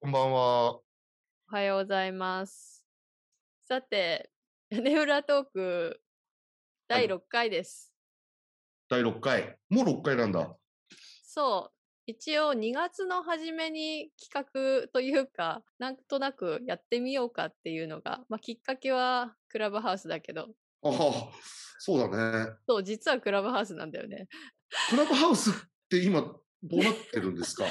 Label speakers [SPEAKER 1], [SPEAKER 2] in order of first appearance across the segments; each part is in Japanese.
[SPEAKER 1] こんばんは。
[SPEAKER 2] おはようございます。さて、 屋根裏トーク
[SPEAKER 1] は
[SPEAKER 2] 第
[SPEAKER 1] い。
[SPEAKER 2] 6回です。
[SPEAKER 1] 第6回。もう6回なんだ。
[SPEAKER 2] そう。一応2月の初めに企画というか、 なんとなくやってみようかっていうのが、まあきっかけはクラブハウスだけど、
[SPEAKER 1] ああ、そうだね。
[SPEAKER 2] そう、実はクラブハウスなんだ よね。
[SPEAKER 1] クラブハウスって今、どうなってるんですか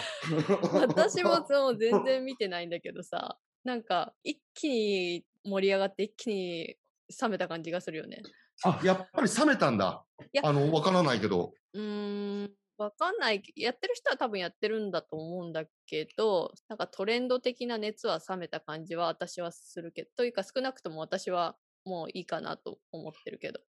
[SPEAKER 2] 私もそう全然見てないんだけどさ、なんか一気に盛り上がって一気に冷めた感じがするよね。
[SPEAKER 1] あ、やっぱり冷めたんだ。
[SPEAKER 2] いや、
[SPEAKER 1] あの、わからないけど。
[SPEAKER 2] うーん、わかんない。やってる人は多分やってるんだと思うんだけど、なんかトレンド的な熱は冷めた感じは私はするけど、というか少なくとも私はもういいかなと思ってるけど。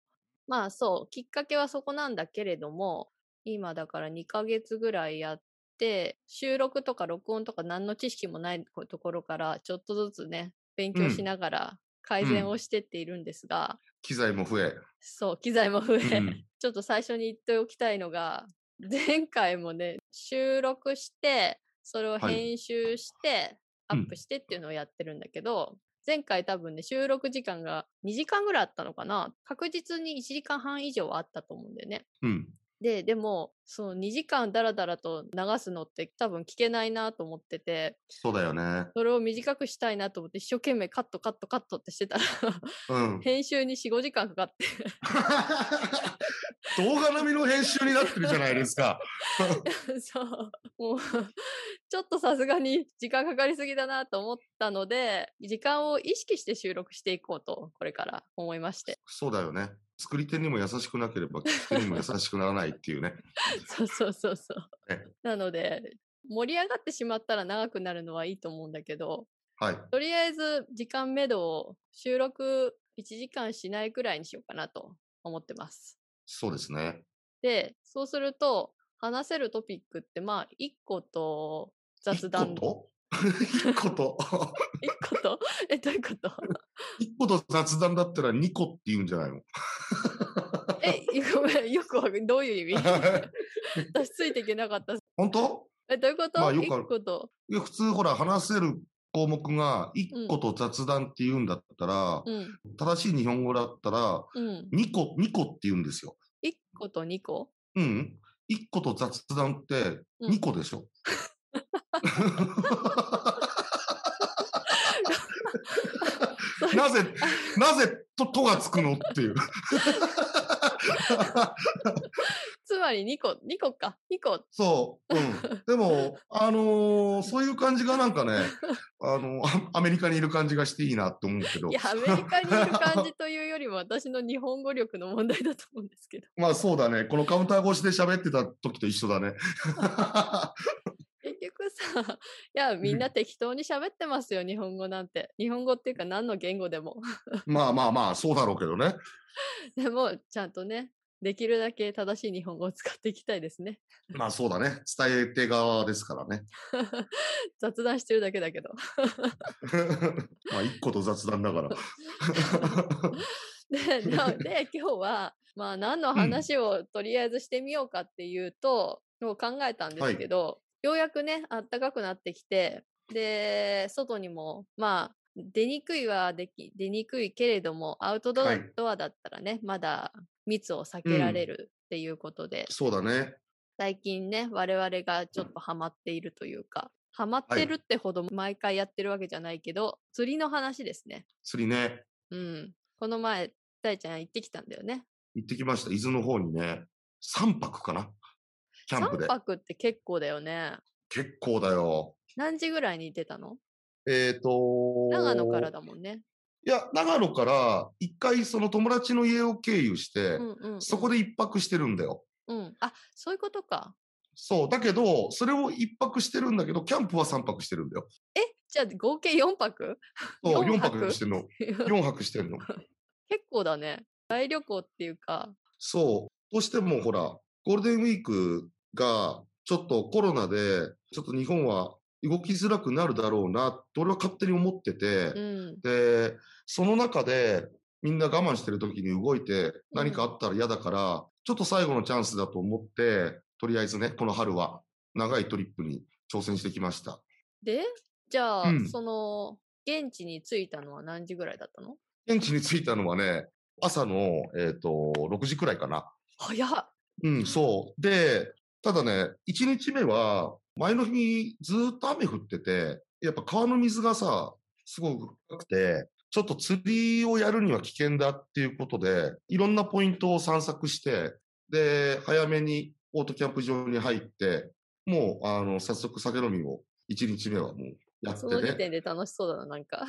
[SPEAKER 2] まあそう、きっかけはそこなんだけれども、今だから2ヶ月ぐらいやって、収録とか録音とか何の知識もないところから、ちょっとずつね、勉
[SPEAKER 1] う
[SPEAKER 2] 強し
[SPEAKER 1] ん、
[SPEAKER 2] ながら改
[SPEAKER 1] う
[SPEAKER 2] 善
[SPEAKER 1] ん。
[SPEAKER 2] をしてっているんですが、
[SPEAKER 1] 機材も増え。
[SPEAKER 2] そう、機材も増
[SPEAKER 1] う
[SPEAKER 2] え、
[SPEAKER 1] ん。
[SPEAKER 2] ちょっと最初に言っておきたいのが、前回もね、収録して、それを
[SPEAKER 1] はい。
[SPEAKER 2] 編集して、ア
[SPEAKER 1] う
[SPEAKER 2] ッ
[SPEAKER 1] ん。
[SPEAKER 2] プしてっていうのをやってるんだけど、前回多分ね、収録時間が2時間ぐらいあったのかな。確実に1時間半以上はあったと思うんだよね。
[SPEAKER 1] うん。
[SPEAKER 2] で、でも、その2時間ダラダラと流すのって多分聞けないなと思ってて、
[SPEAKER 1] そうだよね。
[SPEAKER 2] それを短くしたいなと思って一生懸命カットカットカットってしてたら
[SPEAKER 1] うん。
[SPEAKER 2] 編集に4、5時間かかって
[SPEAKER 1] 動画並みの編集になってるじゃないですか。
[SPEAKER 2] そう。もうちょっとさすがに時間かかりすぎだなと思ったので、時間を意識して収録していこうと、これから思いまして。
[SPEAKER 1] そうだよね。作り手にも優しくなければ聞き手にも優しくならないっていうね。
[SPEAKER 2] そうそうそうそう。
[SPEAKER 1] ね
[SPEAKER 2] なので、盛り上がってしまったら長くなるのはいいと思うんだけど、
[SPEAKER 1] はい。
[SPEAKER 2] とりあえず時間めどを収録1時間しないくらいにしようかなと思ってます。
[SPEAKER 1] そうですね。
[SPEAKER 2] で、そうすると、話せるトピックって、まあ、1個と雑
[SPEAKER 1] 一個
[SPEAKER 2] 談、
[SPEAKER 1] と 一個と
[SPEAKER 2] 1個と、 え、どういうこと
[SPEAKER 1] 一個と雑談だったら二個って言うんじゃないの
[SPEAKER 2] え、ごめん、よくわかんどういう意味私ついていけなかった。
[SPEAKER 1] 本当
[SPEAKER 2] え、どういうこ
[SPEAKER 1] ま
[SPEAKER 2] と
[SPEAKER 1] あよ
[SPEAKER 2] 一
[SPEAKER 1] くある。
[SPEAKER 2] 個と。
[SPEAKER 1] いや普通ほら話せる項目が一
[SPEAKER 2] う
[SPEAKER 1] 個
[SPEAKER 2] ん、
[SPEAKER 1] と雑談って言うんだったら、
[SPEAKER 2] うん、
[SPEAKER 1] 正しい日本語だったら
[SPEAKER 2] うん。
[SPEAKER 1] 二個、二個って言うんですよ。
[SPEAKER 2] 一個と二個
[SPEAKER 1] うん。一個と雑談って
[SPEAKER 2] う
[SPEAKER 1] 二
[SPEAKER 2] ん。
[SPEAKER 1] 個でし ょ。
[SPEAKER 2] そういう
[SPEAKER 1] なぜ、なぜと、とがつくのっていう。
[SPEAKER 2] つまり二個、二個か。二個。
[SPEAKER 1] そう、うん。でも、あのーそういう感じがなんか ね、あのアアメリカにいる感じがしていいなって思うけ
[SPEAKER 2] い
[SPEAKER 1] ど。
[SPEAKER 2] や、アメリカにいる感じというよりも私の日本語力の問題だと思うんですけど。
[SPEAKER 1] まあそうだね。このカウンター越しで喋ってた時と一緒だ ね。
[SPEAKER 2] 結局さ、いや、みんな適当に喋ってますよ、日本語なんて。日本語っていうか何の言語でも。
[SPEAKER 1] まあまあまあ、そうだろうけどね。
[SPEAKER 2] でも、ちゃんとね、できるだけ正しい日本語を使っていきたいですね。
[SPEAKER 1] まあそうだね。伝え手側ですからね。
[SPEAKER 2] 雑談してるだけだけど。
[SPEAKER 1] まあ一個と雑談だから。
[SPEAKER 2] で、なで、今日は、まあ、何の
[SPEAKER 1] うん。
[SPEAKER 2] 話をとりあえずしてみようかっていうと、を考えたんで
[SPEAKER 1] は
[SPEAKER 2] すけ
[SPEAKER 1] い。
[SPEAKER 2] ど、ようやくね、あったかくなってきて、で、外にも、まあ、出にくいはでき、出にくいけれども、アウト
[SPEAKER 1] は
[SPEAKER 2] ド
[SPEAKER 1] い。
[SPEAKER 2] ドアだったらね、まだ密を避
[SPEAKER 1] う
[SPEAKER 2] けられ
[SPEAKER 1] ん。
[SPEAKER 2] るっていうことで、
[SPEAKER 1] そうだね。
[SPEAKER 2] 最近ね、我々がちょっとハマっているというか、ハマっ
[SPEAKER 1] は
[SPEAKER 2] てる
[SPEAKER 1] い。
[SPEAKER 2] ってほど毎回やってるわけじゃないけど、釣りの話ですね。
[SPEAKER 1] 釣りね、
[SPEAKER 2] うん。この前、大ちゃん行ってきたんだよね。
[SPEAKER 1] 行ってきました。伊豆の方にね、3泊かな。キャンプ
[SPEAKER 2] 3
[SPEAKER 1] で。
[SPEAKER 2] 泊って結構だよね。
[SPEAKER 1] 結構だよ。
[SPEAKER 2] 何時ぐらいに出たの
[SPEAKER 1] えっ、
[SPEAKER 2] 長野から
[SPEAKER 1] と、
[SPEAKER 2] だもんね。
[SPEAKER 1] いや、長野から一回その友達の家を経由し
[SPEAKER 2] う
[SPEAKER 1] て、
[SPEAKER 2] んうん
[SPEAKER 1] そうこ
[SPEAKER 2] ん。
[SPEAKER 1] で一泊してるんだよ。
[SPEAKER 2] うん。あ、そういうことか。
[SPEAKER 1] そう。だけど、それを一泊してるんだけど、キャンプは三泊してるんだよ。
[SPEAKER 2] え、じゃあ合計4泊
[SPEAKER 1] そう、
[SPEAKER 2] ?4
[SPEAKER 1] 4泊し
[SPEAKER 2] 泊
[SPEAKER 1] てんの。4泊してんの。
[SPEAKER 2] 結構だね。大旅行っていうか。
[SPEAKER 1] そう。どうしてもほら、ゴールデンウィークが、ちょっとコロナで、ちょっと日本は動きづらくなるだろうな、と俺は勝手に思って
[SPEAKER 2] う
[SPEAKER 1] て、
[SPEAKER 2] ん。
[SPEAKER 1] で、その中で、みんな我慢してる時に動いて、
[SPEAKER 2] う
[SPEAKER 1] 何か
[SPEAKER 2] ん。
[SPEAKER 1] あったら嫌だから、ちょっと最後のチャンスだと思って、とりあえずね、この春は、長いトリップに挑戦してきました。
[SPEAKER 2] でじゃあ、
[SPEAKER 1] うん
[SPEAKER 2] その、現地に着いたのは何時ぐらいだったの
[SPEAKER 1] 現地に着いたのはね、朝の、えっ、と、6時くらいかな。
[SPEAKER 2] 早っ
[SPEAKER 1] うん、そう。で、ただね、1日目は、前の日にずーっと雨降ってて、やっぱ川の水がさ、すごく深くて、ちょっと釣りをやるには危険だっていうことで、いろんなポイントを散策して、で、早めにオートキャンプ場に入って、もう、あの、早速酒飲みを、1日目はもうやって
[SPEAKER 2] そ
[SPEAKER 1] ね。
[SPEAKER 2] の時点で楽しそうだな、なんか。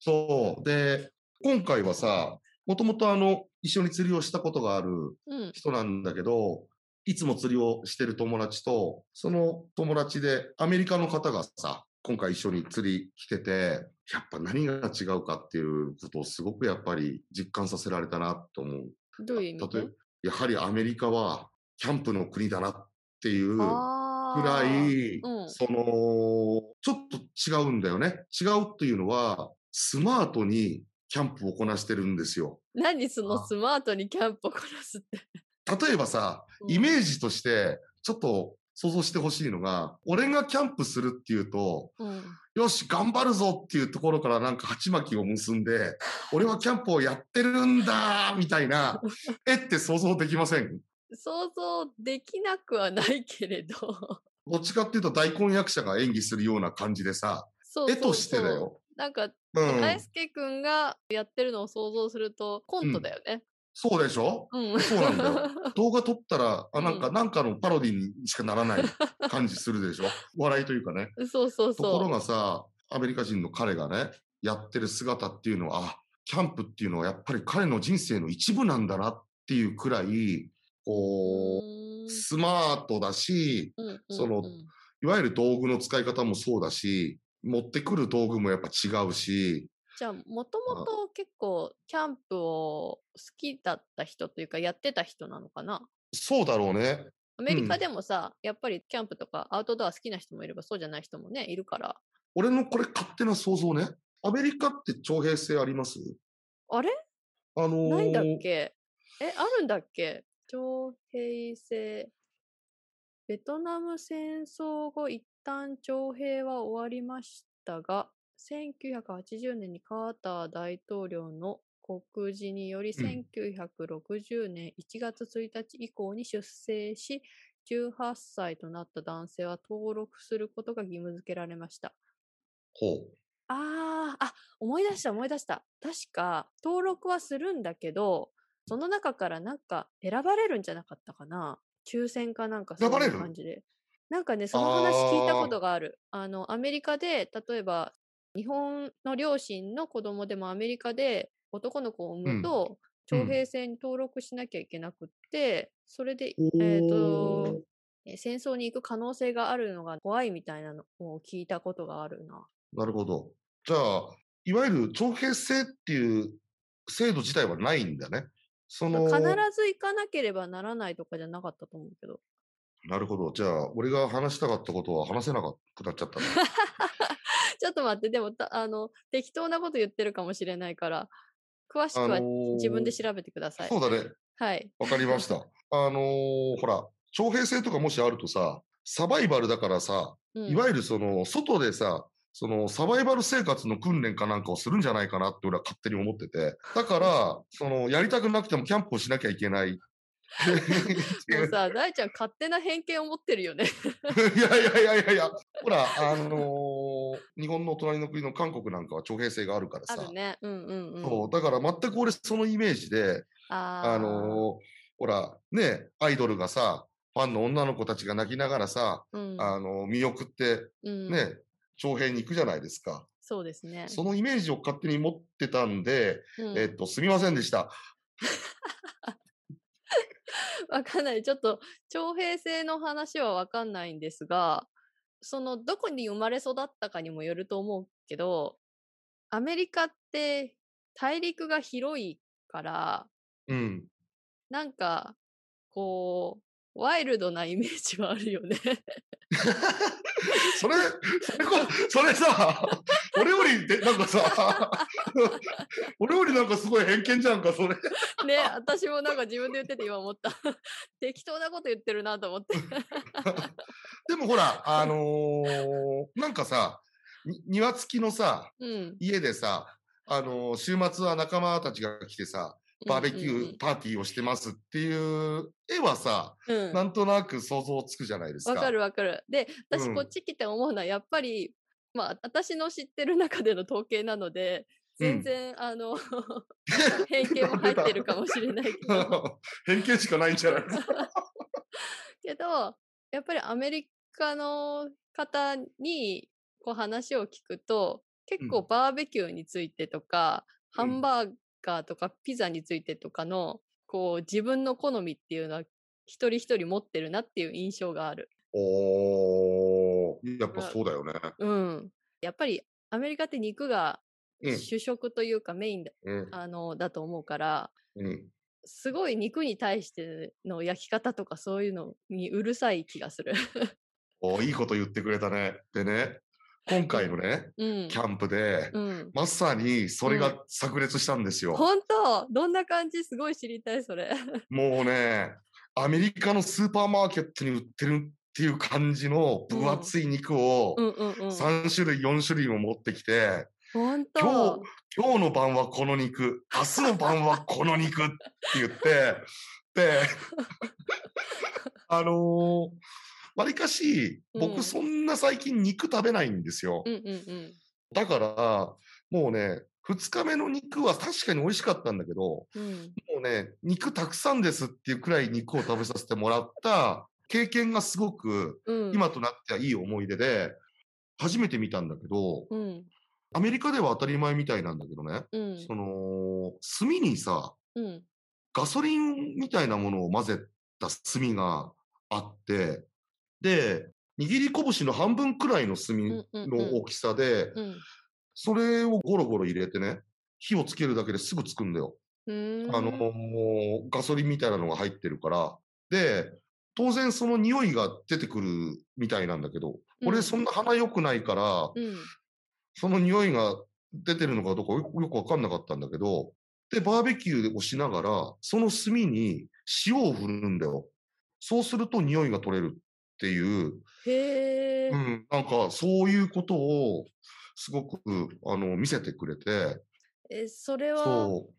[SPEAKER 1] そう。で、今回はさ、もともとあの、一緒に釣りをしたことがある
[SPEAKER 2] うん。
[SPEAKER 1] 人なんだけど、いつも釣りをしてる友達と、その友達でアメリカの方がさ、今回一緒に釣り来てて、やっぱ何が違うかっていうことをすごくやっぱり実感させられたなと思う。
[SPEAKER 2] どういう意味
[SPEAKER 1] 例え
[SPEAKER 2] で
[SPEAKER 1] ばやはりアメリカはキャンプの国だなっていうく
[SPEAKER 2] あー
[SPEAKER 1] らい、
[SPEAKER 2] うん
[SPEAKER 1] その、ちょっと違うんだよね。違うっていうのは、スマートにキャンプをこなしてるんですよ。
[SPEAKER 2] 何その
[SPEAKER 1] あ
[SPEAKER 2] スマートにキャンプをこなすって。
[SPEAKER 1] 例えばさ、
[SPEAKER 2] うん
[SPEAKER 1] イメージとして、ちょっと想像してほしいのが、俺がキャンプするっていうと、
[SPEAKER 2] うん。
[SPEAKER 1] よし、頑張るぞっていうところからなんか鉢巻きを結んで、俺はキャンプをやってるんだみたいな、絵って想像できません
[SPEAKER 2] 想像できなくはないけれど。
[SPEAKER 1] どっちかっていうと大根役者が演技するような感じでさ、
[SPEAKER 2] そう
[SPEAKER 1] 絵としてだ
[SPEAKER 2] そうそう
[SPEAKER 1] よ。
[SPEAKER 2] なんか、
[SPEAKER 1] うん
[SPEAKER 2] 大。輔くんがやってるのを想像するとコントだよね。
[SPEAKER 1] そうでしょ
[SPEAKER 2] うん。
[SPEAKER 1] そうなんだ よ動画撮ったら、あ、なん
[SPEAKER 2] う
[SPEAKER 1] か、
[SPEAKER 2] ん
[SPEAKER 1] なんかのパロディにしかならない感じするでしょ笑いというかね。
[SPEAKER 2] そうそう
[SPEAKER 1] ところ
[SPEAKER 2] そう。
[SPEAKER 1] がさ、アメリカ人の彼がね、やってる姿っていうのは、あ、キャンプっていうのはやっぱり彼の人生の一部なんだなっていうくらい、こ
[SPEAKER 2] うーん
[SPEAKER 1] う、スマートだし、
[SPEAKER 2] うんうん
[SPEAKER 1] その
[SPEAKER 2] うん
[SPEAKER 1] いわゆる道具の使い方もそうだし、持ってくる道具もやっぱ違うし、
[SPEAKER 2] じゃあもと
[SPEAKER 1] あ
[SPEAKER 2] もと結構キャンプを好きだった人というかやってた人なのかな
[SPEAKER 1] そうだろうね。
[SPEAKER 2] アメリ
[SPEAKER 1] う
[SPEAKER 2] カ
[SPEAKER 1] ん
[SPEAKER 2] でもさ、やっぱりキャンプとかアウトドア好きな人もいればそうじゃない人もねいるから
[SPEAKER 1] 俺のこれ勝手な想像ね。アメリカって徴兵制あります
[SPEAKER 2] あれ
[SPEAKER 1] あのー
[SPEAKER 2] ないんだっけえあるんだっけ徴兵制ベトナム戦争後一旦徴兵は終わりましたが1980年にカーター大統領の告示により
[SPEAKER 1] うん
[SPEAKER 2] 1960年1月1日以降に出生し18歳となった男性は登録することが義務付けられました。
[SPEAKER 1] ほう。
[SPEAKER 2] あーあ、思い出した思い出した。確か、登録はするんだけど、その中からなんか選ばれるんじゃなかったかな抽選かなんかそ
[SPEAKER 1] 選ば
[SPEAKER 2] うい
[SPEAKER 1] れ
[SPEAKER 2] う
[SPEAKER 1] る
[SPEAKER 2] 感じで。なんかね、その話聞いたことがある。あの、アメリカで、例えば、日本の両親の子供でもアメリカで男の子を産
[SPEAKER 1] うん
[SPEAKER 2] むと、
[SPEAKER 1] うん
[SPEAKER 2] 徴兵制に登録しなきゃいけなくって、それで、えっ、と、えー戦争に行く可能性があるのが怖いみたいなのを聞いたことがあるな。
[SPEAKER 1] なるほど。じゃあ、いわゆる徴兵制っていう制度自体はないんだね。その、
[SPEAKER 2] 必ず行かなければならないとかじゃなかったと思うけど。
[SPEAKER 1] なるほど。じゃあ、俺が話したかったことは話せなくなっちゃったね。
[SPEAKER 2] ちょっと待って、でもた、あの、適当なこと言ってるかもしれないから、詳しく
[SPEAKER 1] あ
[SPEAKER 2] は
[SPEAKER 1] のー
[SPEAKER 2] 自分で調べてください。
[SPEAKER 1] そうだね。
[SPEAKER 2] はい。
[SPEAKER 1] わかり ました。あのーほら、徴兵制とかもしあるとさ、サバイバルだからさ、
[SPEAKER 2] うん
[SPEAKER 1] いわゆるその、外でさ、そのサバイバル生活の訓練かなんかをするんじゃないかなって俺は勝手に思ってて。だ から、その、やりたくなくてもキャンプをしなきゃいけない。ってい
[SPEAKER 2] も
[SPEAKER 1] う
[SPEAKER 2] うさ、大ちゃん勝手な偏見を持ってるよ ね。
[SPEAKER 1] いやいやいやいやいや、ほら、あのー日本の隣の国の韓国なんかは徴兵制があるから
[SPEAKER 2] あ
[SPEAKER 1] さ、
[SPEAKER 2] るね。うんうんうん。
[SPEAKER 1] そうだから全く俺そのイメージで、
[SPEAKER 2] あー
[SPEAKER 1] あのーほら、ね、アイドルがさ、ファンの女の子たちが泣きながらさ、
[SPEAKER 2] うん
[SPEAKER 1] あのー見送って
[SPEAKER 2] うん
[SPEAKER 1] ね、徴兵に行くじゃないですか。
[SPEAKER 2] そうですね。
[SPEAKER 1] そのイメージを勝手に持ってたんで、
[SPEAKER 2] うん
[SPEAKER 1] えっと、すみませんでした。
[SPEAKER 2] わかんない。ちょっと、徴兵制の話はわかんないんですが、その、どこに生まれ育ったかにもよると思うけど、アメリカって大陸が広いから、
[SPEAKER 1] うん。
[SPEAKER 2] なんか、こう、ワイルドなイメージはあるよね。
[SPEAKER 1] それ、 それこ、それさ、俺よりで、なんかさ、 俺よりなんかすごい偏見じゃんか、それ。
[SPEAKER 2] ね、私もなんか自分で言ってて今思った。 適当なこと言ってるなと思って。
[SPEAKER 1] でもほら、あのーなんかさ、に庭付きのさ、
[SPEAKER 2] うん。
[SPEAKER 1] 家でさ、あのー週末は仲間たちが来てさ、バーベキュー、パーティーをしてますっていう絵はさ、
[SPEAKER 2] うんうんうん。
[SPEAKER 1] なんとなく想像つくじゃないですか。
[SPEAKER 2] わ かるわかる。で、
[SPEAKER 1] う
[SPEAKER 2] 私
[SPEAKER 1] ん
[SPEAKER 2] こっち来て思うのは、やっぱり、まあ、私の知ってる中での統計なので、全然、あの、偏見も入ってるかもしれないけ ど、
[SPEAKER 1] 偏見しかないんじゃない ですか。
[SPEAKER 2] けど、やっぱりアメリカの方にこう話を聞くと、結
[SPEAKER 1] う
[SPEAKER 2] 構
[SPEAKER 1] ん
[SPEAKER 2] バーベキューについてとか、ハ
[SPEAKER 1] うん
[SPEAKER 2] ンバーガーとかピザについてとかの、こう自分の好みっていうのは一人一人持ってるなっていう印象がある。
[SPEAKER 1] おー、やっぱそうだよね。
[SPEAKER 2] うん。やっぱりアメリカって肉が
[SPEAKER 1] うん
[SPEAKER 2] 主食というかメインだ,、
[SPEAKER 1] うん
[SPEAKER 2] あのだと思うから、
[SPEAKER 1] うん、
[SPEAKER 2] すごい肉に対しての焼き方とかそういうのにうるさい気 がする。
[SPEAKER 1] おいいこと言ってくれたね。でね、今回のね、
[SPEAKER 2] うん
[SPEAKER 1] キ。ャンプで、
[SPEAKER 2] うん。
[SPEAKER 1] まさにそれが炸裂したんですよ。
[SPEAKER 2] 本当どんな感じすごい知りたい、それ。
[SPEAKER 1] もうね、アメリカのスーパーマーケットに売ってるっていう感じの分厚い肉を
[SPEAKER 2] うんうんうん。
[SPEAKER 1] 3種類、4種類も持ってきて、今
[SPEAKER 2] 本
[SPEAKER 1] 日
[SPEAKER 2] 当、
[SPEAKER 1] 今日の晩はこの肉、明日の晩はこの肉って言 って、で、あのー、わりかし、
[SPEAKER 2] う
[SPEAKER 1] 僕
[SPEAKER 2] ん
[SPEAKER 1] そんな最近肉食べないんですよ。
[SPEAKER 2] うんうん
[SPEAKER 1] だから、もうね、2日目の肉は確かに美味しかったんだけど、も
[SPEAKER 2] うん。うん。
[SPEAKER 1] うね、肉たくさんですっていうくらい肉を食べさせてもら った経験がすごく、
[SPEAKER 2] うん。
[SPEAKER 1] 今となってはいい思い出で、初めて見たんだけど、
[SPEAKER 2] うん。
[SPEAKER 1] アメリカでは当たり前みたいなんだけどね、
[SPEAKER 2] うん。
[SPEAKER 1] その、炭にさ、
[SPEAKER 2] うん。
[SPEAKER 1] ガソリンみたいなものを混ぜた炭があって、で、握り拳の半分くらいの炭
[SPEAKER 2] うんうんうん
[SPEAKER 1] の大きさで、
[SPEAKER 2] うん。
[SPEAKER 1] それをゴロゴロ入れてね、火をつけるだけですぐつくんだよ。
[SPEAKER 2] うーん。
[SPEAKER 1] あの、もうガソリンみたいなのが入ってるから。で、当然その匂いが出てくるみたいなんだけど、
[SPEAKER 2] うん
[SPEAKER 1] 俺そんな鼻良くないから、
[SPEAKER 2] うん。
[SPEAKER 1] その匂いが出てるのかどうかよよくわかんなかったんだけど、で、バーベキューをしながら、その炭に塩を振るんだよ。そうすると匂いが取れるっていう、
[SPEAKER 2] へえ。
[SPEAKER 1] うん、なんかそういうことをすごく、あの、見せてくれて、
[SPEAKER 2] え、それは
[SPEAKER 1] そ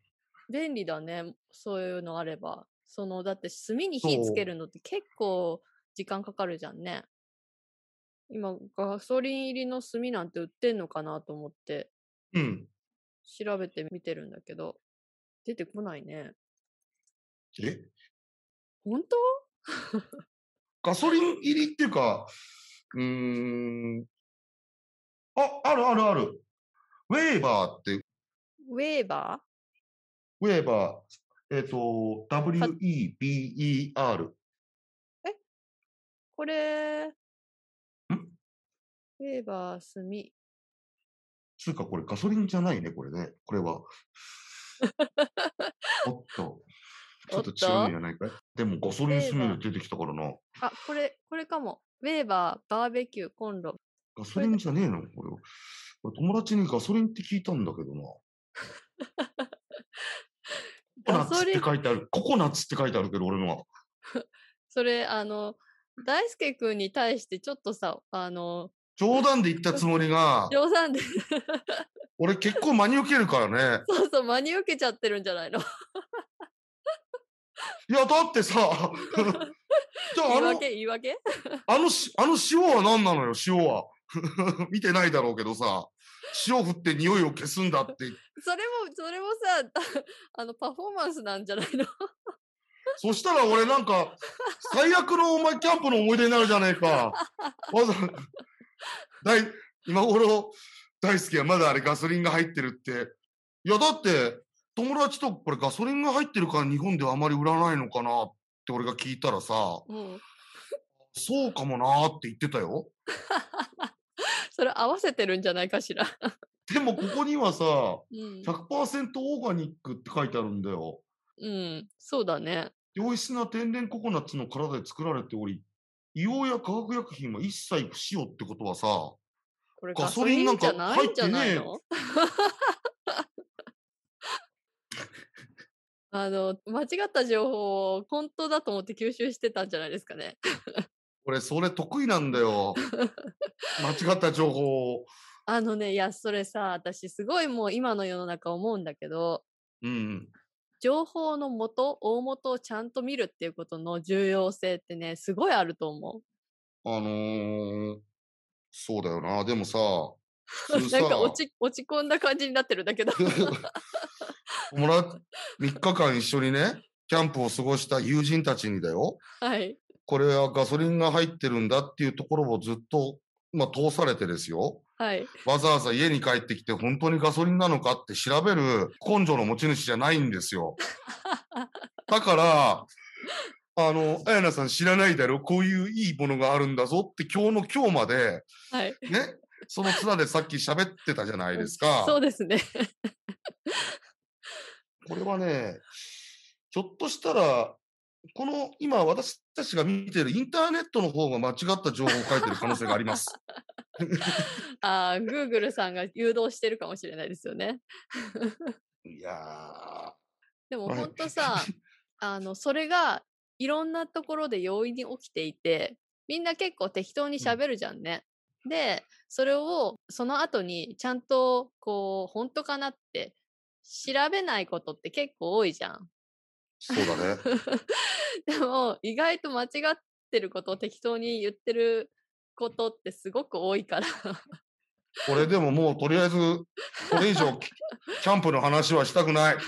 [SPEAKER 1] う。
[SPEAKER 2] 便利だね。そういうのあれば。その、だって炭に
[SPEAKER 1] そ
[SPEAKER 2] 火
[SPEAKER 1] う
[SPEAKER 2] つけるのって結構時間かかるじゃんね。今、ガソリン入りの炭なんて売ってんのかなと思って
[SPEAKER 1] うん。
[SPEAKER 2] 調べてみてるんだけど、出てこないね。
[SPEAKER 1] え
[SPEAKER 2] 本当
[SPEAKER 1] ガソリン入りっていうか、うーん。あ、あるあるある。ウェーバーって、
[SPEAKER 2] ウェーバ
[SPEAKER 1] ウェーバー、えっ、と、W-E-B-E-R。
[SPEAKER 2] ーこれ、ウェーバー炭。
[SPEAKER 1] つうか、これガソリンじゃないね、これね。これ は。おっと。ちょっと違うんじゃないかいでもガソリンスメで出てきたからな。
[SPEAKER 2] あ、これ、これかも。ウェーバー、バーベキュー、コンロ。
[SPEAKER 1] ガソリンじゃねえのこれ。俺友達にガソリンって聞いたんだけどな。ココナッツ
[SPEAKER 2] ガソ
[SPEAKER 1] っ
[SPEAKER 2] リ
[SPEAKER 1] て
[SPEAKER 2] ン、
[SPEAKER 1] 書いてある。ココナッツって書いてあるけど、俺のは。
[SPEAKER 2] それ、あの、大輔君に対してちょっとさ、あの、
[SPEAKER 1] 冗談で言ったつもりが、
[SPEAKER 2] 冗談で、
[SPEAKER 1] 俺結構真に受けるから ね。
[SPEAKER 2] そうそう、真に受けちゃってるんじゃないの
[SPEAKER 1] いや、だ ってさ、じゃあ
[SPEAKER 2] 言
[SPEAKER 1] あ
[SPEAKER 2] い
[SPEAKER 1] の、
[SPEAKER 2] 訳言い訳
[SPEAKER 1] あのし、あの塩は何なのよ、塩は。 見てないだろうけどさ、塩振って匂いを消すんだって。
[SPEAKER 2] それも、それもさ、 あの、パフォーマンスなんじゃないの
[SPEAKER 1] そしたら俺なんか、最悪のお前キャンプの思い出になるじゃねえか。わざ、大、今頃、大好きはまだあれガソリンが入ってるって。いや、だって、友達とこれガソリンが入ってるから日本ではあまり売らないのかなって俺が聞いたらさ、
[SPEAKER 2] うん。
[SPEAKER 1] そうかもなーって言ってたよ。
[SPEAKER 2] それ合わせてるんじゃないかしら。
[SPEAKER 1] でもここにはさ、
[SPEAKER 2] うん。
[SPEAKER 1] 100%オーガニックって書いてあるんだよ。
[SPEAKER 2] うん。そうだね。
[SPEAKER 1] 良質な天然ココナッツの殻で作られており、硫黄や化学薬品は一切不使用ってことはさ、
[SPEAKER 2] これ
[SPEAKER 1] ガ
[SPEAKER 2] ガ
[SPEAKER 1] ソ
[SPEAKER 2] ソ
[SPEAKER 1] リ
[SPEAKER 2] リ
[SPEAKER 1] ンな
[SPEAKER 2] ン
[SPEAKER 1] ん
[SPEAKER 2] じ
[SPEAKER 1] か
[SPEAKER 2] ゃないんじゃないの あの、間違った情報を本当だと思って吸収してたんじゃないですかね。
[SPEAKER 1] 俺それ得意なんだよ。間違った情報を。
[SPEAKER 2] あのね、いや、それさ、私すごいもう今の世の中思うんだけど、
[SPEAKER 1] うんうん。
[SPEAKER 2] 情報の元、大元をちゃんと見るっていうことの重要性ってね、すごいあると思
[SPEAKER 1] あのー、そうだよな。でもさ、
[SPEAKER 2] う。
[SPEAKER 1] 普通
[SPEAKER 2] なん
[SPEAKER 1] さ
[SPEAKER 2] か 落ち、落ち込んだ感じになってるだけど。
[SPEAKER 1] もらっ、3日間一緒にね、キャンプを過ごした友人たちにだよ。
[SPEAKER 2] はい。
[SPEAKER 1] これはガソリンが入ってるんだっていうところをずっと、まあ、通されてですよ。
[SPEAKER 2] はい。
[SPEAKER 1] わざわざ家に帰ってきて本当にガソリンなのかって調べる根性の持ち主じゃないんです よ。だから、あの、あやなさん知らないだろ、こういういいものがあるんだぞって今日の今日まで、
[SPEAKER 2] はい。
[SPEAKER 1] ね、その面でさっき喋ってたじゃないですか。
[SPEAKER 2] そうですね。
[SPEAKER 1] これはね、ちょっとしたら、この今私たちが見ているインターネットの方が間違った情報を書いてる可能性があります。
[SPEAKER 2] ああ、Google さんが誘導してるかもしれないですよね。
[SPEAKER 1] いやー、
[SPEAKER 2] でも
[SPEAKER 1] はい
[SPEAKER 2] ほんとさ、あの、それがいろんなところで容易に起きていて、みんな結構適当に
[SPEAKER 1] うん
[SPEAKER 2] 喋るじゃんね。で、それをその後にちゃんとこう、本当かなって調べないことって結構多いじゃん。
[SPEAKER 1] そうだね。
[SPEAKER 2] でも意外と間違ってることを適当に言ってることってすごく多いから。
[SPEAKER 1] これでももうとりあえず、これ以上 キ、キャンプの話はしたくない。
[SPEAKER 2] い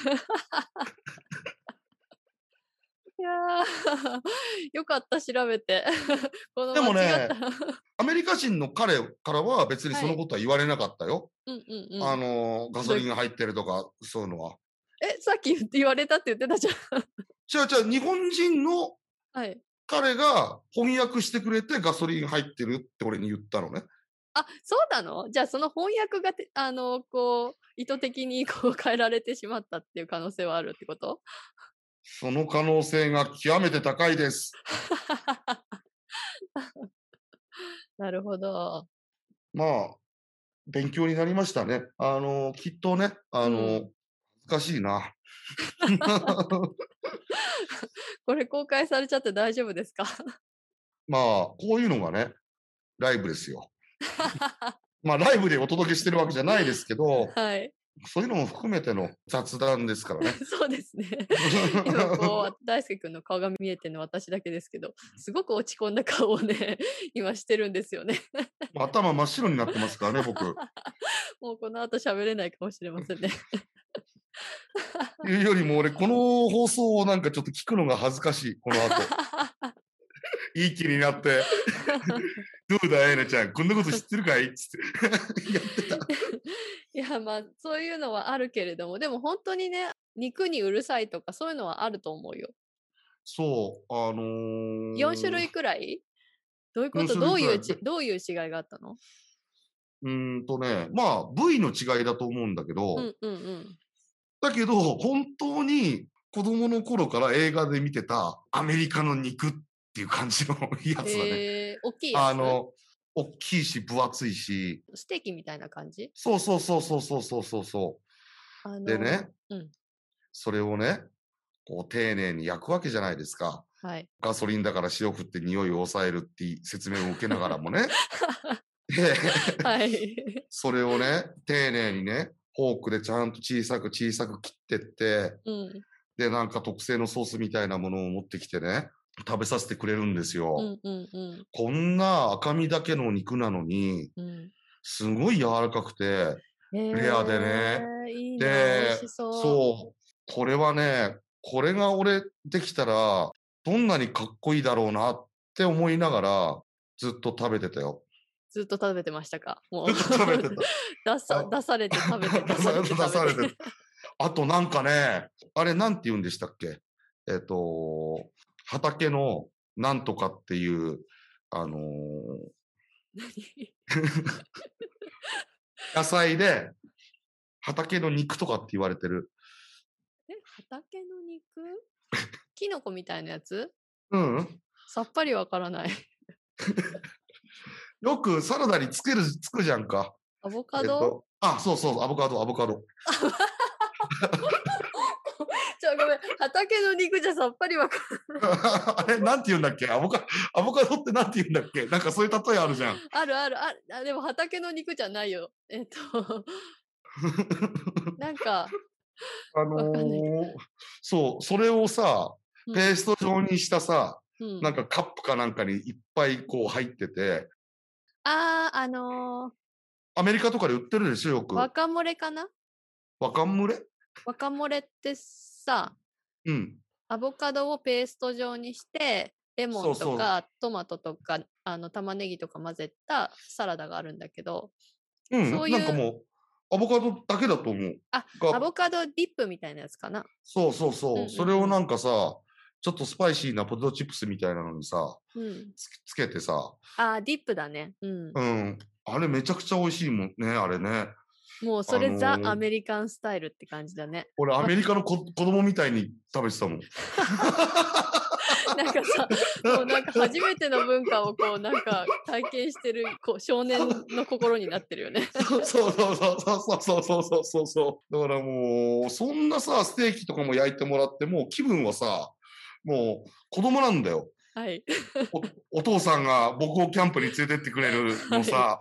[SPEAKER 2] やー よかった、調べて。 この
[SPEAKER 1] でもね
[SPEAKER 2] 間違った。
[SPEAKER 1] アメリカ人の彼からは別にそのことは言われなかったよ。
[SPEAKER 2] うんうんうん。
[SPEAKER 1] あのー、ガソリンが入ってるとか、そういうのは。
[SPEAKER 2] え、さっき言って言われたって言ってたじ
[SPEAKER 1] 違う違う、日本人の
[SPEAKER 2] ゃん。 はい。
[SPEAKER 1] 彼が翻訳してくれてガソリン入ってるって俺に言ったのね。
[SPEAKER 2] あ、そうなのじゃあその翻訳がて、あの、こう、意図的に こう変えられてしまったっていう可能性はあるってこと
[SPEAKER 1] その可能性が極めて高いです。
[SPEAKER 2] なるほど。
[SPEAKER 1] まあ、勉強になりましたね。あのー、きっとね、あのー、
[SPEAKER 2] う
[SPEAKER 1] 恥ずかしいな。
[SPEAKER 2] これ公開されちゃって大丈夫ですか
[SPEAKER 1] まあ、こういうのがね、ライブですよ。まあ、ライブでお届けしてるわけじゃないですけど、
[SPEAKER 2] はい。
[SPEAKER 1] そういうのも含めての雑談ですから ね。
[SPEAKER 2] そうですね。今こう、大輔くんの顔が見えてるの私だけですけど、すごく落ち込んだ顔をね、 今してるんですよね。
[SPEAKER 1] 頭真っ白になってますからね、僕。
[SPEAKER 2] もうこの後喋れないかもしれませんね。
[SPEAKER 1] いうよりも、俺、この放送をなんかちょっと聞くのが恥ずかしい、この 後。いい気になって。どうだ、エなちゃん、こんなこと知ってるかいつって。やってた。
[SPEAKER 2] いやまあそういうのはあるけれどもでも本当にね肉にうるさいとかそういうのはあると思うよ。
[SPEAKER 1] そう、あのー、
[SPEAKER 2] 4種類くらいどういうこ
[SPEAKER 1] 四
[SPEAKER 2] と
[SPEAKER 1] 種類
[SPEAKER 2] どういう
[SPEAKER 1] くら
[SPEAKER 2] ち
[SPEAKER 1] い
[SPEAKER 2] どういう違いがあったの
[SPEAKER 1] うーんとね、まあ、部位の違いだと思うんだけど、
[SPEAKER 2] うんうんうん。
[SPEAKER 1] だけど、本当に子供の頃から映画で見てたアメリカの肉っていう感じのやつだね。
[SPEAKER 2] えー、大きいやつ
[SPEAKER 1] あの、大きいし、分厚いし、
[SPEAKER 2] ステーキみたいな感じ
[SPEAKER 1] そうそうそうそうそうそうそう
[SPEAKER 2] あの
[SPEAKER 1] でね、
[SPEAKER 2] うん
[SPEAKER 1] それをね、こう丁寧に焼くわけじゃないですか。
[SPEAKER 2] はい。
[SPEAKER 1] ガソリンだから塩振って匂いを抑えるっていう説明を受けながらも ね。で
[SPEAKER 2] はい。
[SPEAKER 1] それをね、丁寧にね、フォークでちゃんと小さく小さく切ってって、
[SPEAKER 2] うん
[SPEAKER 1] で、なんか特製のソースみたいなものを持ってきてね、食べさせてくれるんですよ。
[SPEAKER 2] うんうんうん
[SPEAKER 1] こんな赤身だけの肉なのに、
[SPEAKER 2] うん。
[SPEAKER 1] すごい柔らかくて、レアでね
[SPEAKER 2] えー。いいな
[SPEAKER 1] で
[SPEAKER 2] 美味しそう。
[SPEAKER 1] そう、これはね、これが俺できたら、どんなにかっこいいだろうなって思いながら、ずっと食べてたよ。
[SPEAKER 2] ずっと食べてましたかもう
[SPEAKER 1] ずっと食べてた。
[SPEAKER 2] 出さ
[SPEAKER 1] あ
[SPEAKER 2] 出され て食べて
[SPEAKER 1] 出されて
[SPEAKER 2] 食べ
[SPEAKER 1] 出され
[SPEAKER 2] 食べ
[SPEAKER 1] て。あとなんかね、あれなんて言うんでしたっけえっ、と、畑のなんとかっていう、あのー野菜で、畑の肉とかって言われてる。
[SPEAKER 2] え、畑の肉キノコみたいなやつ
[SPEAKER 1] うん。
[SPEAKER 2] さっぱりわからない。
[SPEAKER 1] よくサラダにつける、つくじゃんか。
[SPEAKER 2] アボカ
[SPEAKER 1] えっ
[SPEAKER 2] ド、
[SPEAKER 1] とあ、そうそう、アボカド、アボカド。
[SPEAKER 2] ちょ、ごめん。畑の肉じゃさっぱりわかん
[SPEAKER 1] あれ、なんて言うんだっけアボカアボカドってなんて言うんだっけなんかそういう例えあるじ ゃん。
[SPEAKER 2] あるあるある。あ、でも畑の肉じゃないよ。え っと、なんか、
[SPEAKER 1] あ
[SPEAKER 2] わか
[SPEAKER 1] の
[SPEAKER 2] んない
[SPEAKER 1] ーそう、それをさ、
[SPEAKER 2] うん
[SPEAKER 1] ペースト状にしたさ、
[SPEAKER 2] うん、
[SPEAKER 1] なんかカップかなんかにいっぱいこう入ってて、
[SPEAKER 2] ああ、あの
[SPEAKER 1] アメリカとかで売ってるでしょ、よ
[SPEAKER 2] ー、
[SPEAKER 1] く。
[SPEAKER 2] 若漏れかな
[SPEAKER 1] 若んむれ
[SPEAKER 2] 若漏れってさ、
[SPEAKER 1] うん。
[SPEAKER 2] アボカドをペースト状にして、レモン
[SPEAKER 1] そうそ
[SPEAKER 2] と
[SPEAKER 1] う
[SPEAKER 2] かトマトとかあの玉ねぎとか混ぜたサラダがあるんだけど、
[SPEAKER 1] うん、
[SPEAKER 2] そういう
[SPEAKER 1] なんかもう、アボカドだけだと思う。
[SPEAKER 2] あ
[SPEAKER 1] が
[SPEAKER 2] アボカドディップみたいなやつかな。
[SPEAKER 1] そうそうそう。
[SPEAKER 2] うんうんうん
[SPEAKER 1] それをなんかさ、ちょっとスパイシーなポテトチップスみたいなのにさ、
[SPEAKER 2] うん、
[SPEAKER 1] つつけてさ、
[SPEAKER 2] あーディップだね。うん、
[SPEAKER 1] うん。あれめちゃくちゃ美味しいもんね、あれね。
[SPEAKER 2] もうそれ、
[SPEAKER 1] あのー
[SPEAKER 2] ザ・アメリカンスタイルって感じだね。
[SPEAKER 1] 俺、アメリカ のこ子供みたいに食べてたもん。
[SPEAKER 2] なんかさ、もうなんか初めての文化をこうなんか体験してるこう少年の心になってるよね。
[SPEAKER 1] そうそうそうそうそうそうそうそうそう。だからもう、そんなさ、ステーキとかも焼いてもらって、もう気分はさ、もう子供なんだよ。
[SPEAKER 2] はい。
[SPEAKER 1] おお父さんが僕をキャンプに連れてってくれるのさ。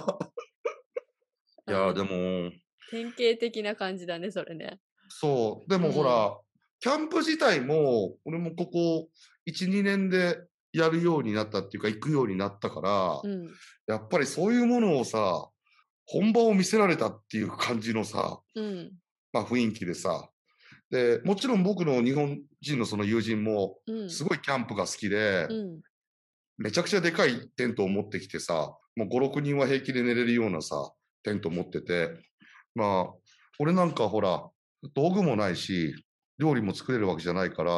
[SPEAKER 1] いや、でも、
[SPEAKER 2] 典型的な感じだね、それね。
[SPEAKER 1] そう。でもほら、キャンプ自体も、俺もここ1、2年でやるようになったっていうか、行くようになったから、
[SPEAKER 2] うん。
[SPEAKER 1] やっぱりそういうものをさ、本場を見せられたっていう感じのさ、
[SPEAKER 2] うん。
[SPEAKER 1] まあ雰囲気でさ。で、もちろん僕の日本人のその友人も、
[SPEAKER 2] うん。
[SPEAKER 1] すごいキャンプが好きで、
[SPEAKER 2] うん。
[SPEAKER 1] めちゃくちゃでかいテントを持ってきてさ、もう5、6人は平気で寝れるようなさ、テント持ってて、まあ、俺なんかほら、道具もないし、料理も作れるわけじゃないから、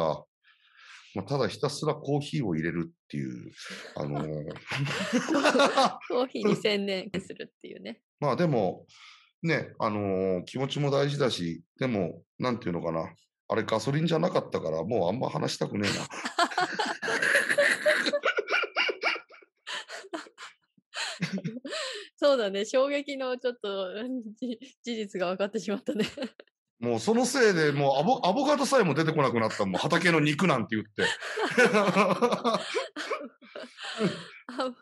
[SPEAKER 1] まあ、ただひたすらコーヒーを入れるっていう、あのー
[SPEAKER 2] コーヒーに専念するっていうね。
[SPEAKER 1] まあでも、ね、あのー気持ちも大事だし、でも、なんていうのかな、あれガソリンじゃなかったから、もうあんま話したくねえな。
[SPEAKER 2] そうだね。衝撃のちょっとうんじ事実が分かってしまったね。
[SPEAKER 1] もうそのせいで、もうアボアボカドさえも出てこなくなったもん。畑の肉なんて言 って。
[SPEAKER 2] あ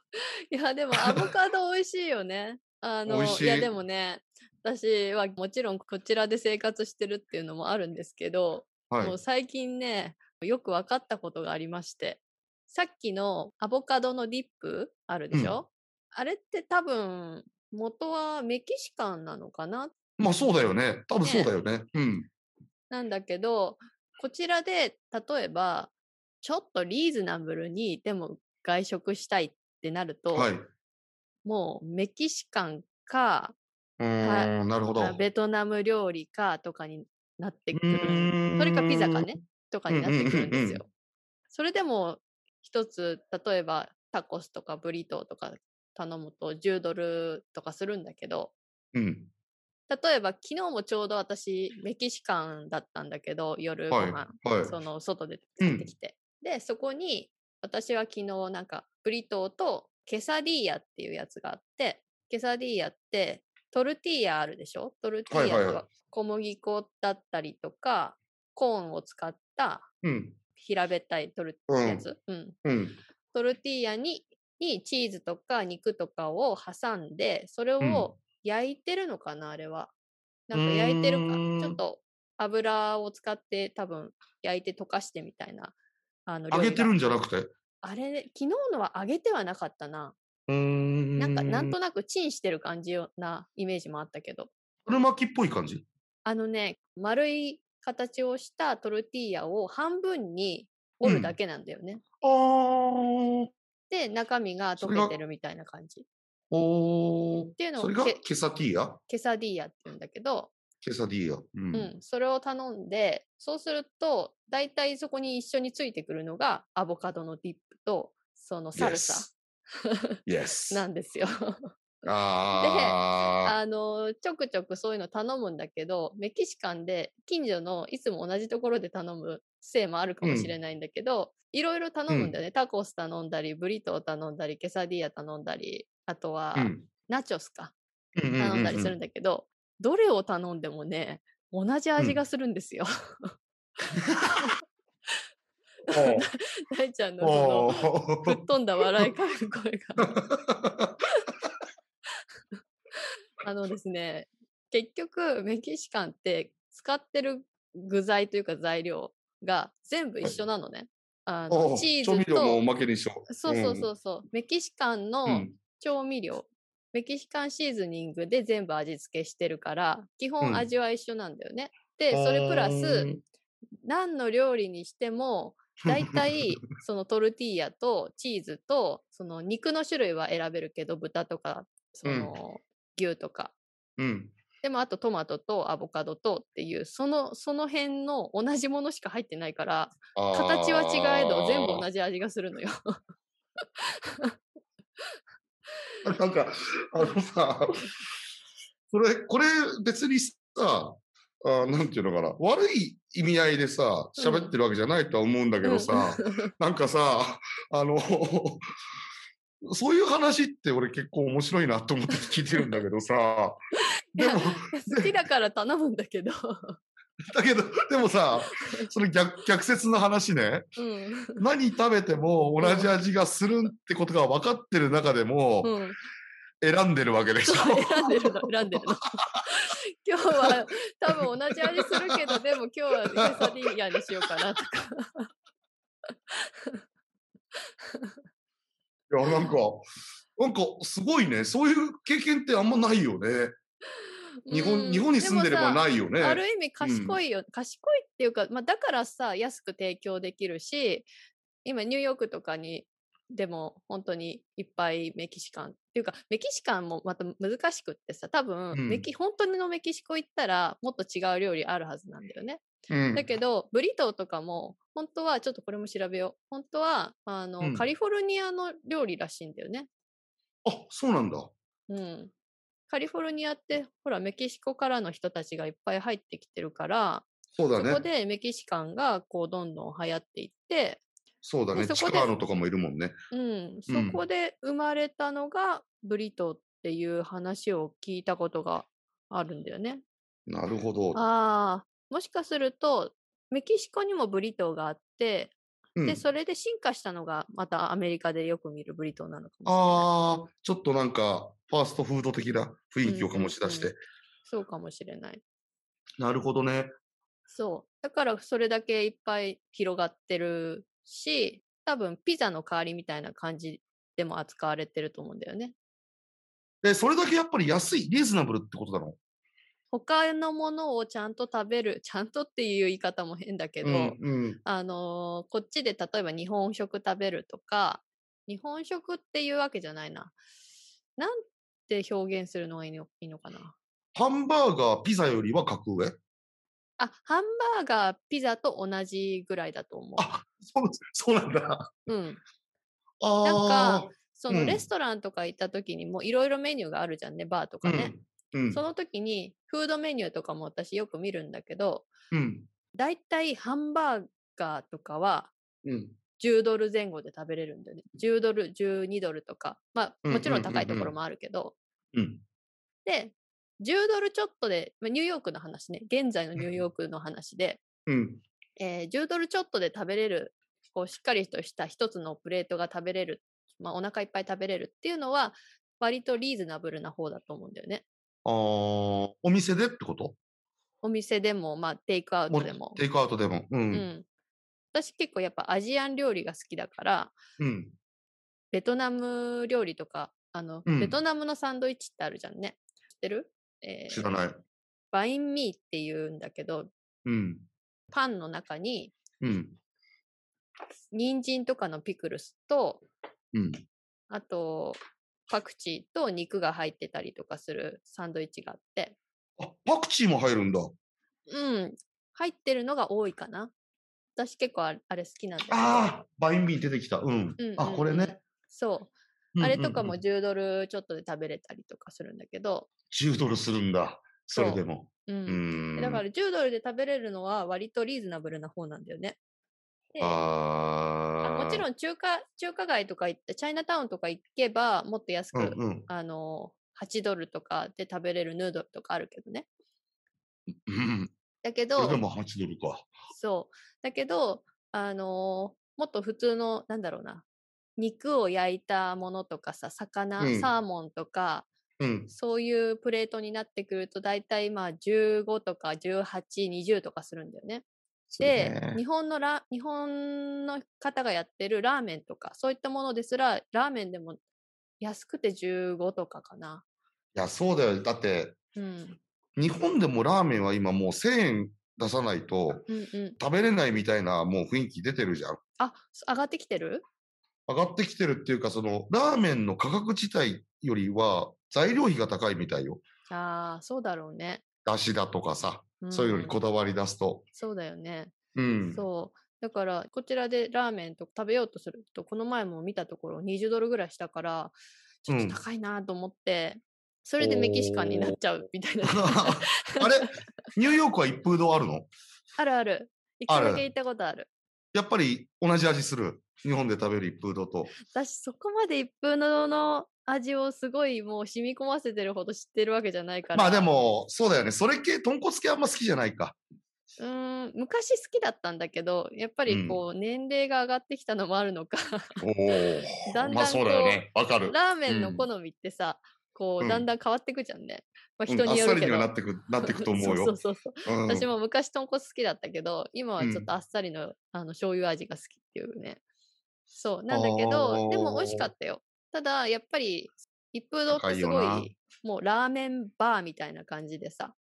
[SPEAKER 2] いやでもアボカド美味しいよね。あの
[SPEAKER 1] 美味しい
[SPEAKER 2] やでもね私はもちろんこちらで生活してるっていうのもあるんですけど、
[SPEAKER 1] は
[SPEAKER 2] もう
[SPEAKER 1] い。
[SPEAKER 2] 最近ねよく分かったことがありましてさっきのアボカドのディップあるでし
[SPEAKER 1] うん
[SPEAKER 2] ょ、あれって多分元はメキシカンなのかな
[SPEAKER 1] まあそうだよね。多分そうだよね。うん。
[SPEAKER 2] なんだけどこちらで例えばちょっとリーズナブルにでも外食したいってなると、
[SPEAKER 1] はい。う
[SPEAKER 2] もうメキシカンか
[SPEAKER 1] ーん、なるほど。
[SPEAKER 2] あベトナム料理かとかになってくるんそれかピザかねとかになってくるんで
[SPEAKER 1] う
[SPEAKER 2] す
[SPEAKER 1] んうんうん
[SPEAKER 2] よ。それでも一つ例えばタコスとかブリトーとか頼むと10ドルとかするんだけど
[SPEAKER 1] うん。
[SPEAKER 2] 例えば昨日もちょうど私メキシカンだったんだけど夜ご
[SPEAKER 1] はい。
[SPEAKER 2] 飯、
[SPEAKER 1] はい。
[SPEAKER 2] その外で
[SPEAKER 1] うん
[SPEAKER 2] 買ってきて、でそこに私は昨日なんかブリトーとケサディーヤっていうやつがあってケサディーヤってトルティーヤあるでしょトルティー
[SPEAKER 1] はい
[SPEAKER 2] ヤ
[SPEAKER 1] はい
[SPEAKER 2] と
[SPEAKER 1] はい
[SPEAKER 2] は小麦粉だったりとかコーンを使った
[SPEAKER 1] うん。
[SPEAKER 2] 平べったいトル
[SPEAKER 1] うん
[SPEAKER 2] やつ、うん、
[SPEAKER 1] うん。
[SPEAKER 2] トルティーヤににチーズとか肉とかを挟んでそれ
[SPEAKER 1] うん
[SPEAKER 2] を焼いてるのかな、あれはなんか焼いてるか
[SPEAKER 1] うーん
[SPEAKER 2] ちょっと油を使って多分焼いて溶かしてみたいなあの
[SPEAKER 1] 揚げてる
[SPEAKER 2] 料
[SPEAKER 1] ん
[SPEAKER 2] 理が
[SPEAKER 1] じゃなくて。う
[SPEAKER 2] あれ昨日のは揚げてはなかったな
[SPEAKER 1] ーん。
[SPEAKER 2] なんかなんとなくチンしてる感じよなイメージもあったけど
[SPEAKER 1] 春巻きっぽい感じ。
[SPEAKER 2] あのね丸い形をしたトルティーヤを半分に折
[SPEAKER 1] う
[SPEAKER 2] る
[SPEAKER 1] ん
[SPEAKER 2] だけなんだよね、
[SPEAKER 1] あー。
[SPEAKER 2] で中身が
[SPEAKER 1] それが
[SPEAKER 2] 溶けてるみたいな感じっ
[SPEAKER 1] おー。
[SPEAKER 2] ていうの
[SPEAKER 1] そ
[SPEAKER 2] を
[SPEAKER 1] れが
[SPEAKER 2] け
[SPEAKER 1] ケサティーヤ
[SPEAKER 2] ケサディーヤって言うんだけど、
[SPEAKER 1] ケサディーヤ。う
[SPEAKER 2] うん
[SPEAKER 1] ん。
[SPEAKER 2] それを頼んでそうすると大体そこに一緒についてくるのがアボカドのディップとそのサルサ
[SPEAKER 1] Yes.
[SPEAKER 2] なんですよ。
[SPEAKER 1] あ
[SPEAKER 2] あのちょくちょくそういうの頼むんだけどメキシカンで近所のいつも同じところで頼むせいもあるかもしれないんだけど、いろいろ頼むんだよね、タコス頼んだりブリトー頼んだりケサディーヤ頼んだりあとは、
[SPEAKER 1] ー。うん。
[SPEAKER 2] ナチョスか
[SPEAKER 1] うううう
[SPEAKER 2] 頼んだりするんだけど、どれを頼んでもね同じ味がするんですよ。 大ちゃんのそ の
[SPEAKER 1] おー
[SPEAKER 2] ぶっ飛んだ笑い声が。あのですね、結局メキシカンって使ってる具材というか材料が全部一緒なのね。あ
[SPEAKER 1] お
[SPEAKER 2] の
[SPEAKER 1] う
[SPEAKER 2] チー
[SPEAKER 1] 調
[SPEAKER 2] ズ
[SPEAKER 1] 味料もお
[SPEAKER 2] と、
[SPEAKER 1] まけにしよう。
[SPEAKER 2] そうそうそうそう、メキシカン
[SPEAKER 1] うん。う
[SPEAKER 2] の
[SPEAKER 1] ん
[SPEAKER 2] 調味料、メキシカンシーズニングで全部味付けしてるから、基
[SPEAKER 1] うん
[SPEAKER 2] 本味は一緒なんだよね。で、それプラス、、何の料理にしても、大 体そのトルティーヤとチーズとその肉の種類は選べるけど豚とかそ
[SPEAKER 1] うん
[SPEAKER 2] の牛とか、
[SPEAKER 1] うん。
[SPEAKER 2] でもあとトマトとアボカドとっていうそのその辺の同じものしか入ってないから形は違えど全部同じ味がする のよ。
[SPEAKER 1] じ。なんか、あの さ、それ、これ別にさ、あなんていうのかな、悪い意味合いでさ、喋ってるわけじゃないとは思うんだけどさ、なんかさ、あの、そういう話って俺結構面白いなと思って聞いてるんだけどさ、
[SPEAKER 2] い
[SPEAKER 1] で
[SPEAKER 2] や
[SPEAKER 1] も、
[SPEAKER 2] 好きだから頼むんだけど、
[SPEAKER 1] だけど、でもさ、その逆、逆説の話ね、
[SPEAKER 2] うん
[SPEAKER 1] 何食べても同じ味がするってことが分かってる中でも、
[SPEAKER 2] うん、
[SPEAKER 1] 選んでるわけでしょ。
[SPEAKER 2] そう選んでるの選んでる の今日は多分同じ味するけどでも今日はケサディアにしようかなとか
[SPEAKER 1] いや、なんか、なんかすごいね。そういう経験ってあんまないよね。日
[SPEAKER 2] う
[SPEAKER 1] 本、
[SPEAKER 2] ん
[SPEAKER 1] 日本に住んでれば
[SPEAKER 2] もさ
[SPEAKER 1] ないよね。
[SPEAKER 2] ある意味賢いよ、賢いっていうか、まあ、だからさ安く提供できるし今ニューヨークとかにでも本当にいっぱいメキシカンっていうかメキシカンもまた難しくってさ多分、
[SPEAKER 1] うん
[SPEAKER 2] メキ本当のメキシコ行ったらもっと違う料理あるはずなんだよね。
[SPEAKER 1] うん
[SPEAKER 2] だけど、ブリトーとかも、本当は、ちょっとこれも調べよう。本当は、あの、
[SPEAKER 1] うん
[SPEAKER 2] カリフォルニアの料理らしいんだよね。
[SPEAKER 1] あ、そうなんだ。
[SPEAKER 2] うん。カリフォルニアって、ほら、メキシコからの人たちがいっぱい入ってきてるから、
[SPEAKER 1] そうだ
[SPEAKER 2] そこ
[SPEAKER 1] ね。
[SPEAKER 2] でメキシカンが、こう、どんどん流行っていって、
[SPEAKER 1] そうだね。
[SPEAKER 2] そ
[SPEAKER 1] チ
[SPEAKER 2] こで
[SPEAKER 1] カーノとかもいるもんね。
[SPEAKER 2] うん、そ
[SPEAKER 1] うん
[SPEAKER 2] こで生まれたのが、ブリトーっていう話を聞いたことがあるんだよね。
[SPEAKER 1] なるほど。
[SPEAKER 2] ああ、もしかすると、メキシコにもブリトーがあって、
[SPEAKER 1] うん
[SPEAKER 2] で、それで進化したのが、またアメリカでよく見るブリトーなのかもしれない。
[SPEAKER 1] あー、ちょっとなんか、ファーストフード的な雰囲気を醸し出して。
[SPEAKER 2] うんそうかもしれない。
[SPEAKER 1] なるほどね。
[SPEAKER 2] そう。だから、それだけいっぱい広がってるし、多分、ピザの代わりみたいな感じでも扱われてると思うんだよね。
[SPEAKER 1] え、それだけやっぱり安い、リーズナブルってことだろ
[SPEAKER 2] 他のものをちゃんと食べる、ち ゃんとっていう言い方も変だけど、
[SPEAKER 1] うん、うん。
[SPEAKER 2] あのーこっちで例えば日本食食べるとか、日本食っていうわけじゃないな。なんて表現するのがいいのいいのかな。
[SPEAKER 1] ハンバーガー、ピザよりは格上
[SPEAKER 2] あ、ハンバーガー、ピザと同じぐらいだと思
[SPEAKER 1] あ、そう、そうなん だ。
[SPEAKER 2] う。うん。
[SPEAKER 1] あー。
[SPEAKER 2] なんか、そうの
[SPEAKER 1] ん
[SPEAKER 2] レストランとか行った時にもいろいろメニューがあるじゃんね、バーとかね。
[SPEAKER 1] うん。うん
[SPEAKER 2] その時にフードメニューとかも私よく見るんだけど、
[SPEAKER 1] うん。
[SPEAKER 2] だいたいハンバーガーとかは
[SPEAKER 1] うん。
[SPEAKER 2] 10ドル前後で食べれるんだよね。10ドル、12ドルとか。まあ、
[SPEAKER 1] うん
[SPEAKER 2] もちろ
[SPEAKER 1] うんん
[SPEAKER 2] 高いとこ
[SPEAKER 1] うんう
[SPEAKER 2] ろ
[SPEAKER 1] ん
[SPEAKER 2] もあるけど。
[SPEAKER 1] うん。
[SPEAKER 2] で、10ドルちょっとで、まあニューヨークの話ね、現在のニューヨークの話で、
[SPEAKER 1] うん。
[SPEAKER 2] えー10ドルちょっとで食べれる、こうしっかりとした一つのプレートが食べれる、まあ、お腹いっぱい食べれるっていうのは、割とリーズナブルな方だと思うんだよね。
[SPEAKER 1] あーお店でってこと
[SPEAKER 2] お店でも、まあ、テイクアウトでも。
[SPEAKER 1] テイクアウトでも。う。
[SPEAKER 2] うんん。私結構やっぱアジアン料理が好きだから、
[SPEAKER 1] うん。
[SPEAKER 2] ベトナム料理とか、あの、
[SPEAKER 1] うん
[SPEAKER 2] ベトナムのサンドイッチってあるじゃんね。知ってるえー
[SPEAKER 1] 知らない。
[SPEAKER 2] バインミーっていうんだけど、
[SPEAKER 1] うん。
[SPEAKER 2] パンの中に、
[SPEAKER 1] うん。
[SPEAKER 2] 人参とかのピクルスと、
[SPEAKER 1] うん。
[SPEAKER 2] あと、パクチーと肉が入ってたりとかするサンドイッチがあって、
[SPEAKER 1] あ、パクチーも入るんだ。
[SPEAKER 2] うん、入ってるのが多いかな。私結構あれあれ好きなんだけど、
[SPEAKER 1] ああ、バインビー出てきた。うん。
[SPEAKER 2] うん
[SPEAKER 1] あ、
[SPEAKER 2] うん
[SPEAKER 1] これね。
[SPEAKER 2] そうう、
[SPEAKER 1] ん
[SPEAKER 2] あれとか
[SPEAKER 1] うん
[SPEAKER 2] も
[SPEAKER 1] うん
[SPEAKER 2] 10ドルちょっとで食べれたりとかするんだけど、
[SPEAKER 1] 10ドルするんだ。それでも。
[SPEAKER 2] う。
[SPEAKER 1] うんん。
[SPEAKER 2] だから10ドルで食べれるのは割とリーズナブルな方なんだよね。であ
[SPEAKER 1] ああ。
[SPEAKER 2] もちろん中華中華街とか行って、チャイナタウンとか行けばもっと安く、
[SPEAKER 1] うんうん。
[SPEAKER 2] あの、8ドルとかで食べれるヌードルとかあるけどね。
[SPEAKER 1] うん。
[SPEAKER 2] だけ
[SPEAKER 1] そ
[SPEAKER 2] ど
[SPEAKER 1] れで、も8ドルか。
[SPEAKER 2] そう。だけど、あのーもっと普通の、なんだろうな、肉を焼いたものとかさ、魚、
[SPEAKER 1] うん
[SPEAKER 2] サーモンとか、
[SPEAKER 1] うん。
[SPEAKER 2] そういうプレートになってくると、だいたいまあ15とか18、20とかするんだよね。で、
[SPEAKER 1] そうね
[SPEAKER 2] 日本のラ、日本の方がやってるラーメンとか、そういったものですら、ラーメンでも安くて15とかかな。
[SPEAKER 1] いや、そうだよ。だって、
[SPEAKER 2] うん。
[SPEAKER 1] 日本でもラーメンは今もう1000円出さないと
[SPEAKER 2] うんうん。
[SPEAKER 1] 食べれないみたいなもう雰囲気出てるじゃん。
[SPEAKER 2] あ、上がってきてる
[SPEAKER 1] 上がってきてるっていうか、そのラーメンの価格自体よりは材料費が高いみたいよ。
[SPEAKER 2] ああ、そうだろうね。
[SPEAKER 1] だしだとかさ、そういうのに
[SPEAKER 2] ん
[SPEAKER 1] こだわり出すと。
[SPEAKER 2] そうだよね。
[SPEAKER 1] うん。
[SPEAKER 2] そう。だから、こちらでラーメンとか食べようとすると、この前も見たところ20ドルぐらいしたから、ちょっ
[SPEAKER 1] うん
[SPEAKER 2] と高いなと思って、それでメキシカンになっちゃうみたいな。
[SPEAKER 1] あれニューヨークは一風堂あるの
[SPEAKER 2] あるある。一
[SPEAKER 1] あ
[SPEAKER 2] 回
[SPEAKER 1] る
[SPEAKER 2] だけ行ったことある。
[SPEAKER 1] やっぱり同じ味する。日本で食べる一風堂と。
[SPEAKER 2] 私、そこまで一風堂の味をすごいもう染み込ませてるほど知ってるわけじゃないから。
[SPEAKER 1] まあで。も、そうだよね。それ系、豚骨系あんま好きじゃないか。
[SPEAKER 2] うーん、昔好きだったんだけど、やっぱ
[SPEAKER 1] うん
[SPEAKER 2] りこう、年齢が上がってきたのもあるのか。
[SPEAKER 1] おお。
[SPEAKER 2] だんだん
[SPEAKER 1] まあそうだよね。わかる。
[SPEAKER 2] ラーメン
[SPEAKER 1] う
[SPEAKER 2] の
[SPEAKER 1] ん
[SPEAKER 2] 好みってさ、こ
[SPEAKER 1] うん
[SPEAKER 2] うだんだん変わってくじゃんね。ま
[SPEAKER 1] う
[SPEAKER 2] あ、
[SPEAKER 1] ん
[SPEAKER 2] 人によ
[SPEAKER 1] あっさり
[SPEAKER 2] るけ
[SPEAKER 1] に
[SPEAKER 2] ど。
[SPEAKER 1] はなってく、 なってくと思うよ。
[SPEAKER 2] そうそうそうそう。
[SPEAKER 1] うん
[SPEAKER 2] 私も昔豚骨好きだったけど、今は
[SPEAKER 1] うん
[SPEAKER 2] ちょっとあっさりの、あの醤油味が好きっていうね。そうなんだけど、でも美味しかったよ。ただやっぱり一風堂ってす
[SPEAKER 1] 高
[SPEAKER 2] ご
[SPEAKER 1] いよない
[SPEAKER 2] もうラーメンバーみたいな感じでさ、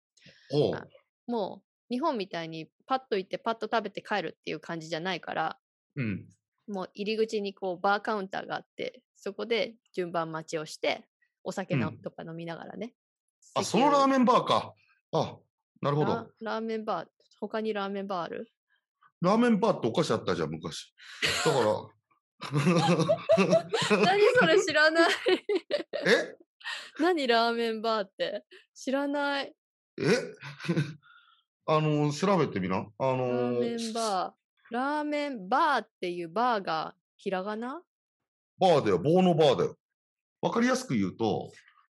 [SPEAKER 1] おう
[SPEAKER 2] あもう日本みたいにパッと行ってパッと食べて帰るっていう感じじゃないから、
[SPEAKER 1] うん。
[SPEAKER 2] もう入り口にこうバーカウンターがあって、そこで順番待ちをして、お酒の
[SPEAKER 1] うん
[SPEAKER 2] とか飲みながらね。
[SPEAKER 1] あ、そのラー
[SPEAKER 2] ン
[SPEAKER 1] メンバーか。あ、なるほ
[SPEAKER 2] ラ
[SPEAKER 1] ど。
[SPEAKER 2] ラーメンバー、他にラーメンバー ある
[SPEAKER 1] ラーメンバーってお菓子あったじゃん、昔。だ から。
[SPEAKER 2] 何それ知らない。
[SPEAKER 1] え
[SPEAKER 2] 何ラーメンバーって。知らない。
[SPEAKER 1] え あの、調べてみな。あ
[SPEAKER 2] ラー
[SPEAKER 1] の
[SPEAKER 2] メ、ンバー。ラーメンバーっていうバーがひらがな
[SPEAKER 1] バーだよ。棒のバーだよ。わかりやすく言うと、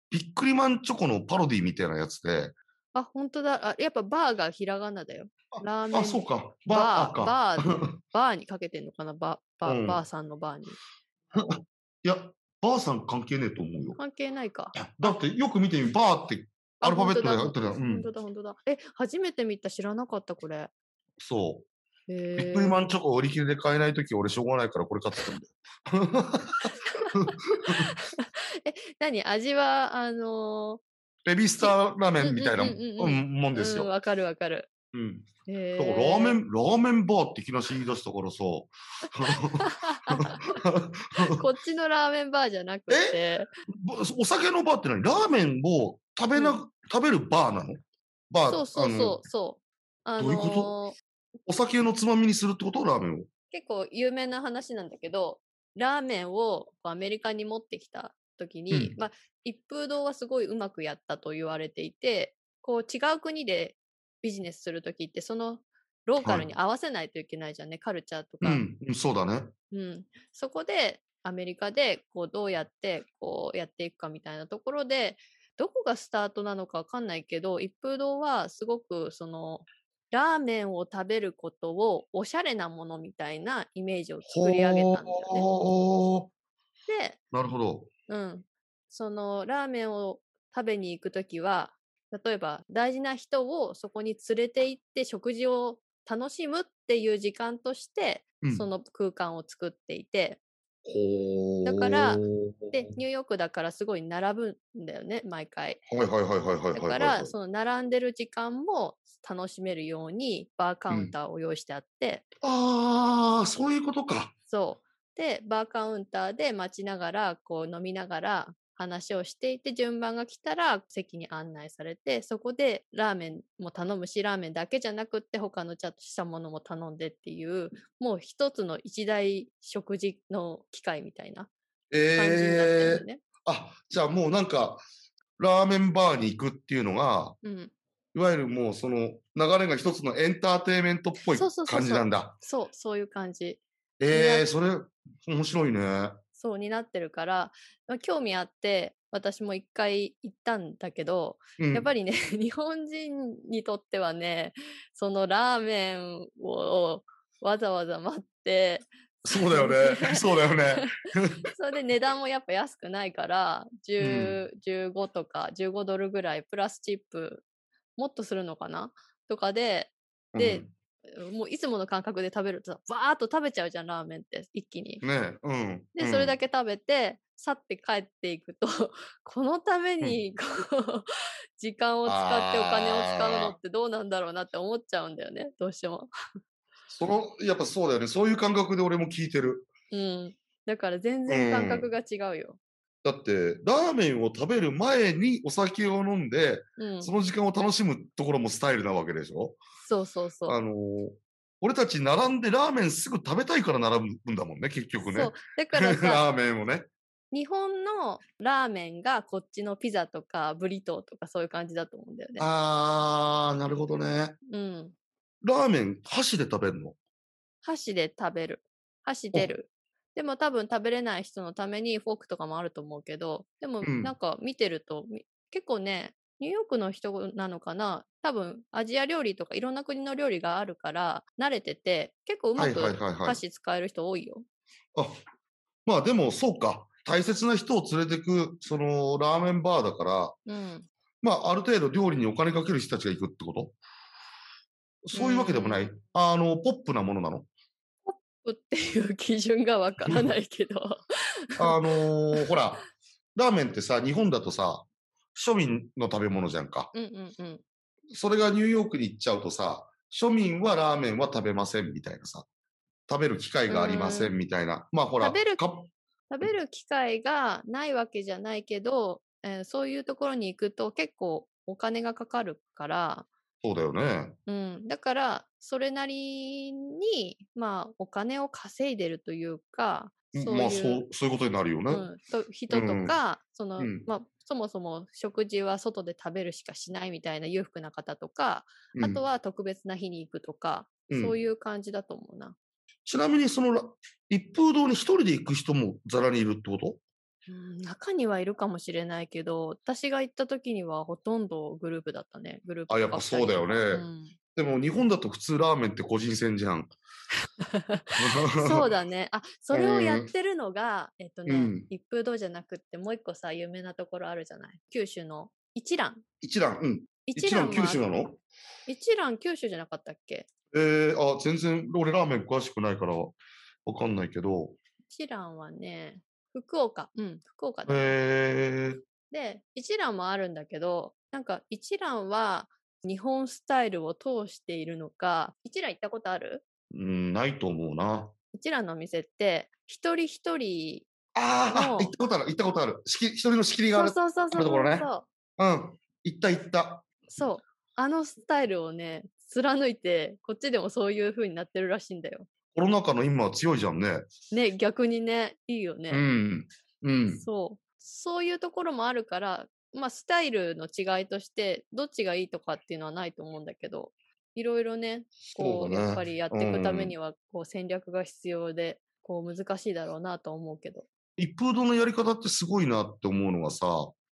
[SPEAKER 1] ビックリマンチョコのパロディみたいなやつで、
[SPEAKER 2] あ、本当だ。あ、やっぱバーがひらがなだよ。ラーメン
[SPEAKER 1] あ、そうか。
[SPEAKER 2] バ
[SPEAKER 1] バー
[SPEAKER 2] ー、
[SPEAKER 1] か。
[SPEAKER 2] バ ー、バーにかけてんのかなバー、バ
[SPEAKER 1] う
[SPEAKER 2] ー、
[SPEAKER 1] ん
[SPEAKER 2] バーさんのバーに。
[SPEAKER 1] いや、バーさん関係ねえと思うよ。
[SPEAKER 2] 関係ないか。
[SPEAKER 1] だってよく見てみ、バーって
[SPEAKER 2] あ
[SPEAKER 1] アルファベットで
[SPEAKER 2] 本当だ
[SPEAKER 1] 入ってるやん。う
[SPEAKER 2] 本
[SPEAKER 1] ん
[SPEAKER 2] 当。だ、本当だ。え、初めて見た、知らなかった、これ。
[SPEAKER 1] そう。
[SPEAKER 2] へ
[SPEAKER 1] ビッ
[SPEAKER 2] え
[SPEAKER 1] クリマンチョコ売り切れで買えないとき、俺しょうがないからこれ買ってたんだよ。
[SPEAKER 2] 何味は、あの
[SPEAKER 1] ベビースターラーメンみたいな
[SPEAKER 2] うんうんうんうん
[SPEAKER 1] うんもん
[SPEAKER 2] ー、
[SPEAKER 1] です
[SPEAKER 2] うん、
[SPEAKER 1] よ。
[SPEAKER 2] わかるわかる。
[SPEAKER 1] うん。
[SPEAKER 2] へ
[SPEAKER 1] だ
[SPEAKER 2] ー
[SPEAKER 1] からラーメン、ラーメンバーっていきなし言い出したからさ。
[SPEAKER 2] こっちのラーメンバーじゃなくて、
[SPEAKER 1] お酒のバーって何ラーメンを食べな、
[SPEAKER 2] う
[SPEAKER 1] 食べるバーなのバー
[SPEAKER 2] そうそう
[SPEAKER 1] あの
[SPEAKER 2] そう、そう。あ
[SPEAKER 1] どう
[SPEAKER 2] の
[SPEAKER 1] いうことお酒のつまみにするってことラーメンを。
[SPEAKER 2] 結構有名な話なんだけど、ラーメンをこうアメリカに持ってきた時に、
[SPEAKER 1] うん
[SPEAKER 2] まあ、一風堂はすごいうまくやったと言われていて、こう違う国でビジネスする時って、そのローカルに合わせないといけないじゃんね、カルチャーと
[SPEAKER 1] う
[SPEAKER 2] か。
[SPEAKER 1] ん、うんそうだね。
[SPEAKER 2] うん、そこでアメリカでこうどうやってこうやっていくかみたいなところでどこがスタートなのかわかんないけど一風堂はすごくそのラーメンを食べることをおしゃれなものみたいなイメージを作り上げたんだよ
[SPEAKER 1] ほー
[SPEAKER 2] ね。で
[SPEAKER 1] なるほど。
[SPEAKER 2] うん、そのラーメンを食べに行くときは例えば大事な人をそこに連れて行って食事を楽しむっていう時間として
[SPEAKER 1] うん
[SPEAKER 2] その空間を作っていて、
[SPEAKER 1] ほー
[SPEAKER 2] だから
[SPEAKER 1] はい
[SPEAKER 2] でニューヨークだからすごい並ぶんだよね毎回
[SPEAKER 1] はいはいはいはいはいはい。
[SPEAKER 2] だからその並んでる時間も楽しめるようにバーカウンターを用意してあって、
[SPEAKER 1] ああ、そういうことか。
[SPEAKER 2] そうでバーカウンターで待ちながらこう飲みながら話をしていて順番が来たら席に案内されてそこでラーメンも頼むしラーメンだけじゃなくって他のちゃんとしたものも頼んでっていうもう一つの一大食事の機会みたいな感じになってるんだ
[SPEAKER 1] え
[SPEAKER 2] よ
[SPEAKER 1] え
[SPEAKER 2] ね。
[SPEAKER 1] あ、じゃあもうなんか、ラーメンバーに行くっていうのが、
[SPEAKER 2] うん
[SPEAKER 1] いわゆるもうその流れが一つのエンターテインメントっぽい
[SPEAKER 2] そうそうそうそう
[SPEAKER 1] 感じなんだ。
[SPEAKER 2] そう、そういう感じ。
[SPEAKER 1] ええそれ、面白いね。
[SPEAKER 2] そうになってるから、まあ興味あって、私も一回行ったんだけど、
[SPEAKER 1] うん
[SPEAKER 2] やっぱりね、 日本人にとってはね、そのラーメンをわざわざ待って、
[SPEAKER 1] そうだよ ね。そうだよね。
[SPEAKER 2] それで値段もやっぱ安くないから、10 15とか15ドルぐらい、プラスチップ、もっとするのかなとかで、でもういつもの感覚で食べるとさ、バーっと食べちゃうじゃん、ラーメンって、一気に
[SPEAKER 1] う。ん、ねうん。
[SPEAKER 2] で、それだ
[SPEAKER 1] け。
[SPEAKER 2] け食べて、去って帰っていくと、 このために、こう、 時間を使ってお金を使うのってどうなんだろうなって思っちゃうんだよね、どうしても。
[SPEAKER 1] その、やっぱそうだよね。そういう感覚で俺も聞いてる。
[SPEAKER 2] うん。だから全然感
[SPEAKER 1] う
[SPEAKER 2] 覚
[SPEAKER 1] ん
[SPEAKER 2] が違うよ。
[SPEAKER 1] だって、ラーメンを食べる前にお酒を飲んで、
[SPEAKER 2] うん。
[SPEAKER 1] その時間を楽しむところもスタイルなわけでしょ
[SPEAKER 2] そうそうそう。
[SPEAKER 1] あのー俺たち並んでラーメンすぐ食べたいから並ぶんだもんね、結局
[SPEAKER 2] そ
[SPEAKER 1] ね
[SPEAKER 2] う。。だ からさ、
[SPEAKER 1] ラーメンをね。
[SPEAKER 2] 日本のラーメンがこっちのピザとかブリトーとかそういう感じだと思うんだよね。
[SPEAKER 1] あー、なるほどね。
[SPEAKER 2] うん。
[SPEAKER 1] ラーメン、箸で食べるの
[SPEAKER 2] 箸で食べる。箸出る。でも多分食べれない人のためにフォークとかもあると思うけど、でも
[SPEAKER 1] うん
[SPEAKER 2] なんか見てると、み結構ね、ニューヨークの人なのかな多分アジア料理とかいろんな国の料理があるから慣れてて、結構うま
[SPEAKER 1] はい
[SPEAKER 2] く
[SPEAKER 1] はいはいはい。
[SPEAKER 2] 箸使える人多いよ。
[SPEAKER 1] あまあでも、そうか。大切な人を連れてく、その、ラーメンバーだから、
[SPEAKER 2] うん。
[SPEAKER 1] まあ、ある程度料理にお金かける人たちが行くってことそういうわけでもない。あの、ポップなものなの
[SPEAKER 2] っていう基準がわからないけど。
[SPEAKER 1] あのーほら、ラーメンってさ、日本だとさ、庶民の食べ物じゃんか。
[SPEAKER 2] うんうんうん。
[SPEAKER 1] それがニューヨークに行っちゃうとさ、庶民はラーメンは食べませんみたいなさ、食べる機会がありませんみたいな。まあほら、
[SPEAKER 2] 食べる
[SPEAKER 1] カップ
[SPEAKER 2] 食べる機会がないわけじゃないけど、えーそういうところに行くと結構お金がかかるから、
[SPEAKER 1] そうだよね。
[SPEAKER 2] うん、だからそれなりに、まあ、お金を稼いでるというかそう
[SPEAKER 1] まあ
[SPEAKER 2] い
[SPEAKER 1] そうう、そういうことになるよね。
[SPEAKER 2] うんと人と
[SPEAKER 1] うん
[SPEAKER 2] か、その
[SPEAKER 1] うん
[SPEAKER 2] まあ、そもそも食事は外で食べるしかしないみたいな裕福な方とか、あとは特別な日に行くとか、
[SPEAKER 1] うん
[SPEAKER 2] そういう感じだと思うな。
[SPEAKER 1] ちなみにそのラ一風堂に一人で行く人もざらにいるってこと
[SPEAKER 2] うん中にはいるかもしれないけど私が行った時にはほとんどグループだったねグループ
[SPEAKER 1] あやっ
[SPEAKER 2] とか
[SPEAKER 1] ぱそうだよね
[SPEAKER 2] 二人
[SPEAKER 1] でも日本だと普通ラーメンって個人戦じゃん。
[SPEAKER 2] うん そうだねあそれをや
[SPEAKER 1] う
[SPEAKER 2] っ
[SPEAKER 1] ん
[SPEAKER 2] てるのが、えっとね、
[SPEAKER 1] うん
[SPEAKER 2] 一風堂じゃなくってもう一個さ有名なところあるじゃない九州の一蘭
[SPEAKER 1] 一蘭、うん。一蘭
[SPEAKER 2] は
[SPEAKER 1] 九州なの
[SPEAKER 2] 一蘭九州じゃなかったっけ
[SPEAKER 1] えー、あ、全然俺ラーメン詳しくないからわかんないけど。
[SPEAKER 2] 一蘭はね福岡うん福岡だ
[SPEAKER 1] えー、
[SPEAKER 2] で一蘭もあるんだけどなんか一蘭は日本スタイルを通しているのか一蘭行ったことある
[SPEAKER 1] うん、ないと思うな。
[SPEAKER 2] 一蘭のお店って一人一人
[SPEAKER 1] あーあ、
[SPEAKER 2] もう
[SPEAKER 1] 行ったことある、行ったことある。しき一人の仕切りがあ
[SPEAKER 2] そう
[SPEAKER 1] る。
[SPEAKER 2] そうそうそう
[SPEAKER 1] と
[SPEAKER 2] そ
[SPEAKER 1] ころね
[SPEAKER 2] うそう
[SPEAKER 1] うん。行った行った。
[SPEAKER 2] そうあのスタイルをね貫いてこっちでもそういう風になってるらしいんだよ
[SPEAKER 1] コロナ禍の今は強いじゃんね。
[SPEAKER 2] ね逆にねいいよ
[SPEAKER 1] う
[SPEAKER 2] ね、
[SPEAKER 1] ん。うん。
[SPEAKER 2] そうそういうところもあるからまあスタイルの違いとしてどっちがいいとかっていうのはないと思うんだけどいろいろねこ
[SPEAKER 1] そう
[SPEAKER 2] う
[SPEAKER 1] だね
[SPEAKER 2] やっぱりやっていくため
[SPEAKER 1] うん
[SPEAKER 2] にはこう戦略が必要でこう難しいだろうなとは思うけど
[SPEAKER 1] 一風堂のやり方ってすごいなって思うのがさ、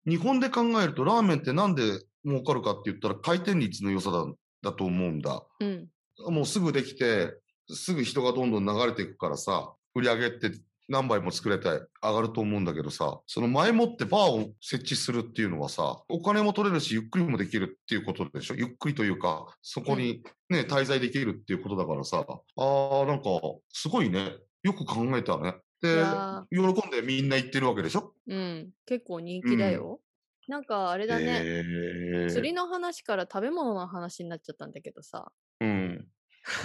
[SPEAKER 1] 日本で考えるとラーメンってなんで儲かるかって言ったら回転率の良さだだと思うんだ。
[SPEAKER 2] うん
[SPEAKER 1] もうすぐできて、すぐ人がどんどん流れていくからさ、売り上げって何倍も作れて上がると思うんだけどさ、その前もってバーを設置するっていうのはさ、お金も取れるし、ゆっくりもできるっていうことでしょゆっくりというか、そこにね、滞在できるっていうことだからさ、あー、なんか、すごいね。よく考えたね。
[SPEAKER 2] い
[SPEAKER 1] で
[SPEAKER 2] や、
[SPEAKER 1] 喜んでみんな行ってるわけでしょ
[SPEAKER 2] うん結構人気だ
[SPEAKER 1] うん
[SPEAKER 2] よ、なんかあれだね、
[SPEAKER 1] えー
[SPEAKER 2] 釣りの話から食べ物の話になっちゃったんだけどさ
[SPEAKER 1] うん。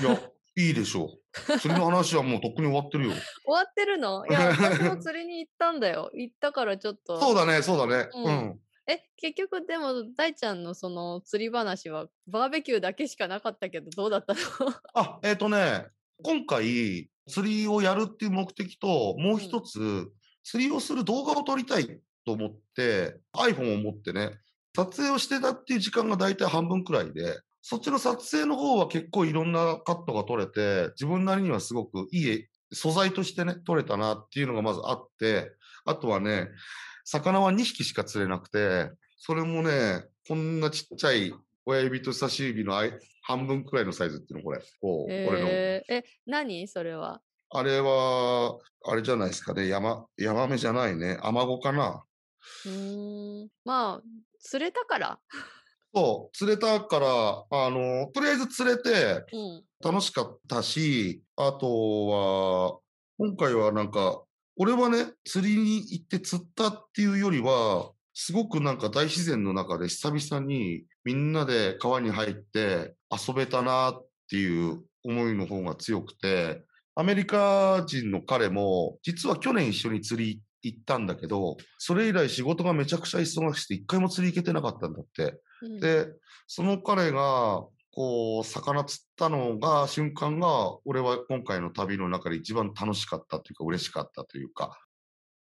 [SPEAKER 1] いや、いいでしょう。釣りの話はもうとっくに終わって るよ。
[SPEAKER 2] 終わって るのいや私も釣りに行ったんだよ行ったからちょっと
[SPEAKER 1] そうだね、そうだね。
[SPEAKER 2] うんえ結局でも大ちゃんのその釣り話はバーベキューだけしかなかったけどどうだったの
[SPEAKER 1] あ、えっ、とね、今回、釣りをやるっていう目的と、もう一つ、釣りをする動画を撮りたいと思って、iPhone を持ってね、撮影をしてたっていう時間が大体半分くらいで、そっちの撮影の方は結構いろんなカットが撮れて、自分なりにはすごくいい素材としてね、撮れたなっていうのがまずあって、あとはね、魚は2匹しか釣れなくて、それもね、こんなちっちゃい親指と人差し指のあい半分くらいのサイズっていうの、これ。こう、これの。
[SPEAKER 2] えーえ、何それは。
[SPEAKER 1] あれは、あれじゃないですかね。山、ヤマメじゃないね。アマゴかな。
[SPEAKER 2] うーん。まあ、釣れたから。
[SPEAKER 1] そう、釣れたから、あの、とりあえず釣れて
[SPEAKER 2] うん。
[SPEAKER 1] 楽しかったし、あとは、今回はなんか、俺はね、釣りに行って釣ったっていうよりは、すごくなんか大自然の中で久々にみんなで川に入って遊べたなっていう思いの方が強くて、アメリカ人の彼も実は去年一緒に釣り行ったんだけど、それ以来仕事がめちゃくちゃ忙しくて一回も釣り行けてなかったんだって。
[SPEAKER 2] うん、
[SPEAKER 1] で、その彼が、こう、魚釣ったのが、瞬間が、俺は今回の旅の中で一番楽しかったというか、嬉しかったというか、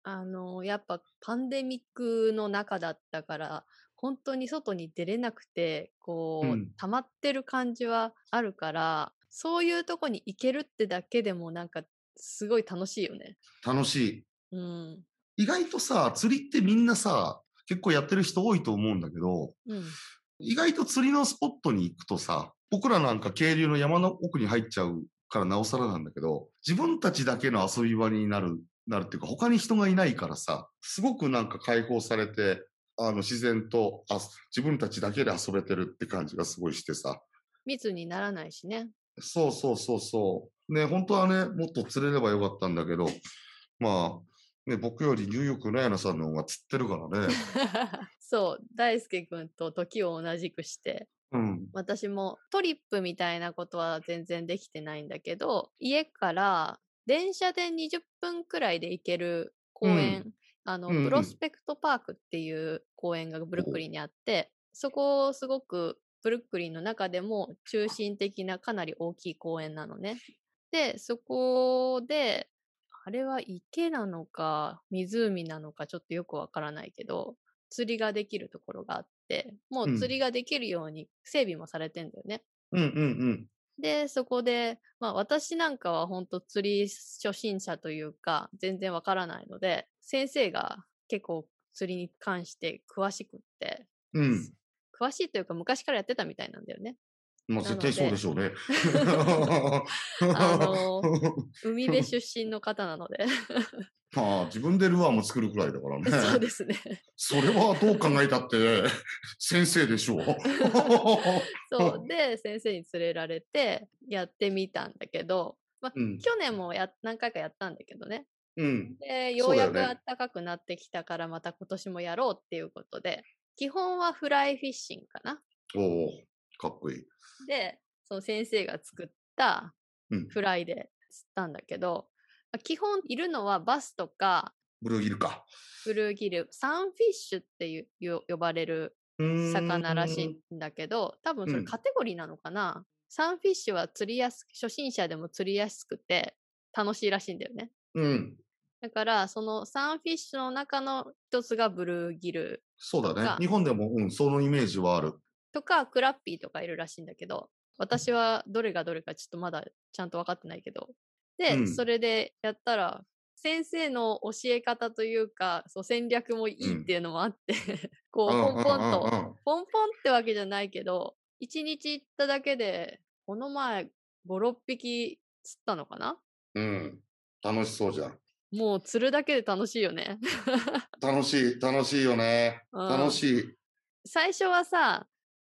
[SPEAKER 2] あの、やっぱパンデミックの中だったから、本当に外に出れなくて、こう、
[SPEAKER 1] うん
[SPEAKER 2] 溜まってる感じはあるから、そういうとこに行けるってだけでもなんか、すごい楽しいよね。
[SPEAKER 1] 楽し
[SPEAKER 2] うん。
[SPEAKER 1] い。意外とさ、釣りってみんなさ、結構やってる人多いと思うんだけど、
[SPEAKER 2] うん。
[SPEAKER 1] 意外と釣りのスポットに行くとさ、僕らなんか渓流の山の奥に入っちゃうからなおさらなんだけど、自分たちだけの遊び場になる、なるっていうか、他に人がいないからさ、すごくなんか解放されて、あの自然とあ自分たちだけで遊べてるって感じがすごいしてさ。
[SPEAKER 2] 密にならないしね。
[SPEAKER 1] そうそうそうそう。ね、本当はね、もっと釣れればよかったんだけど、まあ、ね、僕よりニューヨークのやなさんの方が釣ってるからね。
[SPEAKER 2] そう、大輔君と時を同じくして、
[SPEAKER 1] うん。
[SPEAKER 2] 私もトリップみたいなことは全然できてないんだけど、家から電車で20分くらいで行ける公
[SPEAKER 1] うん
[SPEAKER 2] 園、あの、
[SPEAKER 1] うんうん
[SPEAKER 2] プロスペクトパークっていう公園がブルックリンにあって、そこをすごくブルックリンの中でも中心的なかなり大きい公園なのね。で、そこで、あれは池なのか湖なのかちょっとよくわからないけど、釣りができるところがあって、も
[SPEAKER 1] う
[SPEAKER 2] うん釣りができるように整備もされてんだよね。
[SPEAKER 1] うんうん
[SPEAKER 2] で、そこで、まあ私なんかは本当釣り初心者というか、全然わからないので、先生が結構釣りに関して詳しくって、
[SPEAKER 1] うん。うん。
[SPEAKER 2] 詳しいというか昔からやってたみたいなんだよね。
[SPEAKER 1] まあ
[SPEAKER 2] なの
[SPEAKER 1] 絶
[SPEAKER 2] で
[SPEAKER 1] 対そうでしょうね。
[SPEAKER 2] あの、海辺出身の方なので、
[SPEAKER 1] まあ自分でルアーも作るくらいだから
[SPEAKER 2] そう
[SPEAKER 1] ね。
[SPEAKER 2] ですね。
[SPEAKER 1] それはどう考えたって先生でしょう。
[SPEAKER 2] そう。で、先生に連れられてやってみたんだけど、まあ、
[SPEAKER 1] うん。
[SPEAKER 2] 去年もや何回かやったんだけどね。
[SPEAKER 1] うん。
[SPEAKER 2] で、よ
[SPEAKER 1] そううだ
[SPEAKER 2] や
[SPEAKER 1] よ
[SPEAKER 2] く
[SPEAKER 1] ね
[SPEAKER 2] 暖かくなってきたから、また今年もやろうっていうことで、基本はフライフィッシングかな。
[SPEAKER 1] おお、かっこいい。
[SPEAKER 2] で、その先生が作った
[SPEAKER 1] うん
[SPEAKER 2] フライで釣ったんだけど、まあ基本いるのはバスとか
[SPEAKER 1] ブルーギルか。
[SPEAKER 2] ブルーギル、サンフィッシュっていうよ呼ばれる
[SPEAKER 1] うーん
[SPEAKER 2] 魚らしいんだけど、多分それ
[SPEAKER 1] うん
[SPEAKER 2] カテゴリーなのかな、サンフィッシュは釣りやすく、初心者でも釣りやすくて楽しいらしいんだよね。
[SPEAKER 1] うん。
[SPEAKER 2] だから、そのサンフィッシュの中の一つがブルーギル
[SPEAKER 1] そうだ
[SPEAKER 2] と
[SPEAKER 1] ね
[SPEAKER 2] か。
[SPEAKER 1] 日本でも、うん、そのイメージはある。
[SPEAKER 2] とか、クラッピーとかいるらしいんだけど、私はどれがどれかちょっとまだちゃんと分かってないけど。で、
[SPEAKER 1] うん
[SPEAKER 2] それでやったら、先生の教え方というか、そう戦略もいい
[SPEAKER 1] うん
[SPEAKER 2] っていうのもあって、 こう、
[SPEAKER 1] うん
[SPEAKER 2] ポンポンと
[SPEAKER 1] うんうんうん
[SPEAKER 2] ポンポンってわけじゃないけど、一日行っただけで、この前、5、6匹釣ったのかな
[SPEAKER 1] うん。楽しそうじゃん。
[SPEAKER 2] もう釣るだけで楽しいよね。
[SPEAKER 1] 楽しい、楽しいよね。
[SPEAKER 2] うん
[SPEAKER 1] 楽しい。
[SPEAKER 2] 最初はさ、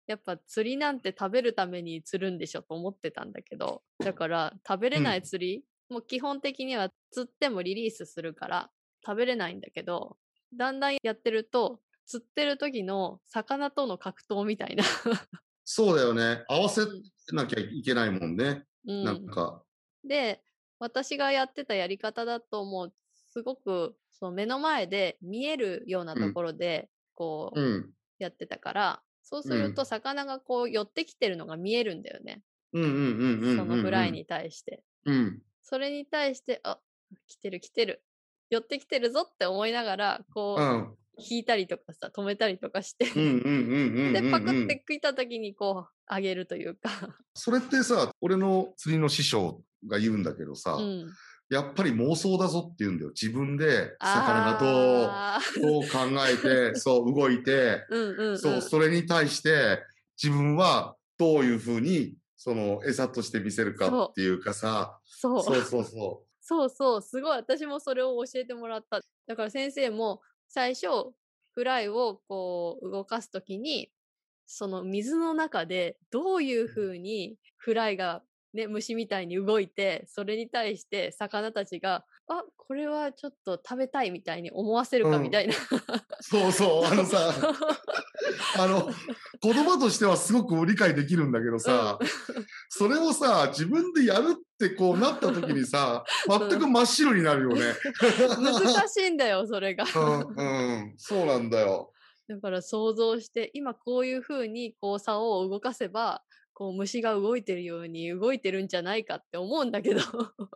[SPEAKER 2] やっぱ釣りなんて食べるために釣るんでしょと思ってたんだけど、だから食べれな
[SPEAKER 1] う
[SPEAKER 2] い釣り、もう基本的には釣ってもリリースするから食べれないんだけど、だんだんやってると、釣ってる時の魚との格闘みたいな。
[SPEAKER 1] そうだよね。合わせなきゃいけないもんね。
[SPEAKER 2] うん
[SPEAKER 1] なんか。
[SPEAKER 2] で、私がやってたやり方だと、もう、すごく、その目の前で見えるようなと
[SPEAKER 1] うん
[SPEAKER 2] ころで、こう
[SPEAKER 1] う、ん。
[SPEAKER 2] やってたから、そうする
[SPEAKER 1] うん
[SPEAKER 2] と、魚がこう、寄ってきてるのが見えるんだよね。
[SPEAKER 1] うんうんうんうんうんうん。
[SPEAKER 2] そのフライに対して。
[SPEAKER 1] うん。
[SPEAKER 2] それに対して、あ、来てる来てる。寄ってきてるぞって思いながら、こ
[SPEAKER 1] う
[SPEAKER 2] う、
[SPEAKER 1] ん。
[SPEAKER 2] 引いたりとかさ、止めたりとかして、
[SPEAKER 1] うんうんうんうんうんうん。
[SPEAKER 2] で、パクって食いた時に、こう、あげるというか。
[SPEAKER 1] それってさ、俺の釣りの師匠が言うんだけどさ、
[SPEAKER 2] うん。
[SPEAKER 1] やっぱり妄想だぞって言うんだよ。自分で魚が
[SPEAKER 2] あー
[SPEAKER 1] どう、どう考えて、そう動いて、
[SPEAKER 2] うんうんうん、
[SPEAKER 1] そう、それに対して自分はどういうふうにその餌として見せるかっていうかさ、
[SPEAKER 2] そう
[SPEAKER 1] そうそうそ
[SPEAKER 2] そうそう、すごい。私もそれを教えてもらった。だから先生も最初、フライをこう動かすときに、その水の中でどういうふうにフライがね、虫みたいに動いて、それに対して魚たちが、あ、これはちょっと食べたいみたいに思わせるか
[SPEAKER 1] うん
[SPEAKER 2] みたいな。
[SPEAKER 1] う。そうそう、 あの さ、あの、言葉としてはすごく理解できるんだけどさ、それをさ、自分でやるってこうなった時にさ、全く真っ白になるよね。
[SPEAKER 2] 難しいんだよ、それが。
[SPEAKER 1] うん、うん、そうなんだよ。
[SPEAKER 2] だから想像して、今こういうふうにこう竿を動かせば、こう虫が動いてるように動いてるんじゃないかって思うんだけど、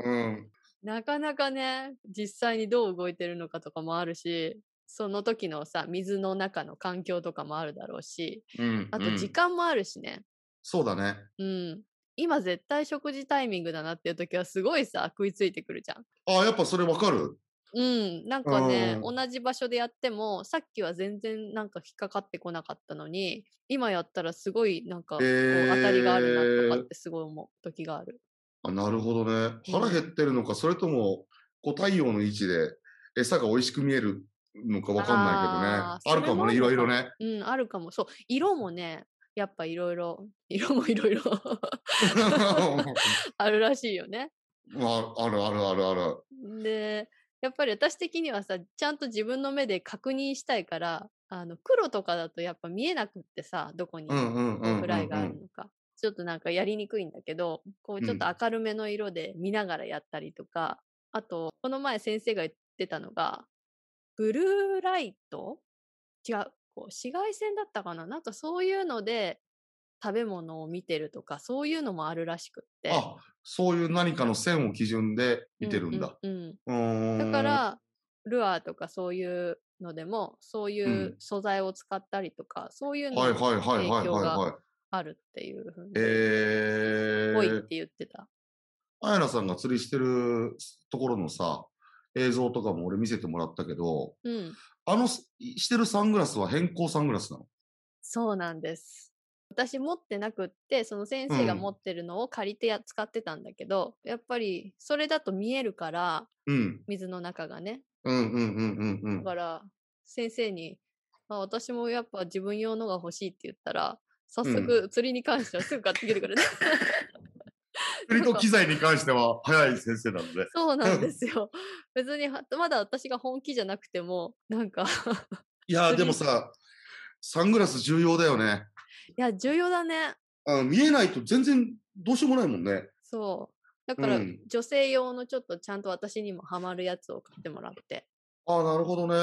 [SPEAKER 1] うん、
[SPEAKER 2] なかなかね、実際にどう動いてるのかとかもあるし、その時のさ、水の中の環境とかもあるだろうし、
[SPEAKER 1] うん。
[SPEAKER 2] あ
[SPEAKER 1] う
[SPEAKER 2] と
[SPEAKER 1] ん
[SPEAKER 2] 時間もあるしね。
[SPEAKER 1] そうだね。
[SPEAKER 2] うん。今絶対食事タイミングだなっていう時はすごいさ、食いついてくるじゃん。
[SPEAKER 1] あやっぱそれわかる
[SPEAKER 2] うん。なんかね、
[SPEAKER 1] う
[SPEAKER 2] 同じ場所でやっても、さっきは全然なんか引っかかってこなかったのに、今やったらすごいなんかこう
[SPEAKER 1] へ
[SPEAKER 2] 当たりがあるなと
[SPEAKER 1] ー
[SPEAKER 2] かってすごい思う時がある。
[SPEAKER 1] あ、なるほどね。腹減ってるのか、それとも、こう太陽の位置で餌が美味しく見えるのかわかんない
[SPEAKER 2] あー
[SPEAKER 1] けどね。あるかもね、い
[SPEAKER 2] それも
[SPEAKER 1] ろ
[SPEAKER 2] あ
[SPEAKER 1] いろ
[SPEAKER 2] るのか
[SPEAKER 1] ね。
[SPEAKER 2] うん、あるかも。そう。色もね、やっぱいろいろ、色もいろいろ あるらしいよね。
[SPEAKER 1] ああるあるあるある。
[SPEAKER 2] で、やっぱり私的にはさ、ちゃんと自分の目で確認したいから、あの、黒とかだとやっぱ見えなくってさ、どこに
[SPEAKER 1] うんうんうんうん、うん。
[SPEAKER 2] フライがあるのか。ちょっとなんかやりにくいんだけど、こうちょっと
[SPEAKER 1] うん
[SPEAKER 2] 明るめの色で見ながらやったりとか、あと、この前先生が言ってたのが、ブルーライト違う。こう紫外線だったかななんかそういうので食べ物を見てるとか、そういうのもあるらしくって。
[SPEAKER 1] あ、そういう何かの線を基準で見てるんだ。
[SPEAKER 2] うんうんうん
[SPEAKER 1] うーん
[SPEAKER 2] だか、ら、ルアーとかそういうのでも、そういううん素材を使ったりとか、そういうの
[SPEAKER 1] はいはい
[SPEAKER 2] も
[SPEAKER 1] はいはいはい
[SPEAKER 2] 影響
[SPEAKER 1] はい
[SPEAKER 2] が。あるっていうふうに、
[SPEAKER 1] え
[SPEAKER 2] ぽいっ
[SPEAKER 1] ー、
[SPEAKER 2] て言ってた。
[SPEAKER 1] あやなさんが釣りしてるところのさ、映像とかも俺見せてもらったけど、
[SPEAKER 2] うん。
[SPEAKER 1] あのすしてるサングラスは変更サングラスなの
[SPEAKER 2] そうなんです。私持ってなくって、その先生が
[SPEAKER 1] うん
[SPEAKER 2] 持ってるのを借りてや使ってたんだけど、やっぱりそれだと見えるから、
[SPEAKER 1] うん。
[SPEAKER 2] 水の中がね。
[SPEAKER 1] うんうんうんうんう
[SPEAKER 2] だ
[SPEAKER 1] ん。
[SPEAKER 2] から、先生に、あ私もやっぱ自分用のが欲しいって言ったら、早速釣りに関してはすぐ買ってきてくれた。
[SPEAKER 1] 釣りと機材に関しては早い先生なの で。
[SPEAKER 2] そうなんですよ。 別にはまだ私が本気じゃなくても、なんか、
[SPEAKER 1] いやー
[SPEAKER 2] 釣
[SPEAKER 1] で
[SPEAKER 2] り
[SPEAKER 1] もさ、サングラス重要だよね。
[SPEAKER 2] いや、重要だね。
[SPEAKER 1] あ見えないと全然どうしようもないもんね。
[SPEAKER 2] そう。だから、
[SPEAKER 1] うん
[SPEAKER 2] 女性用のちょっとちゃんと私にもハマるやつを買ってもらって。
[SPEAKER 1] ああ、なるほどね。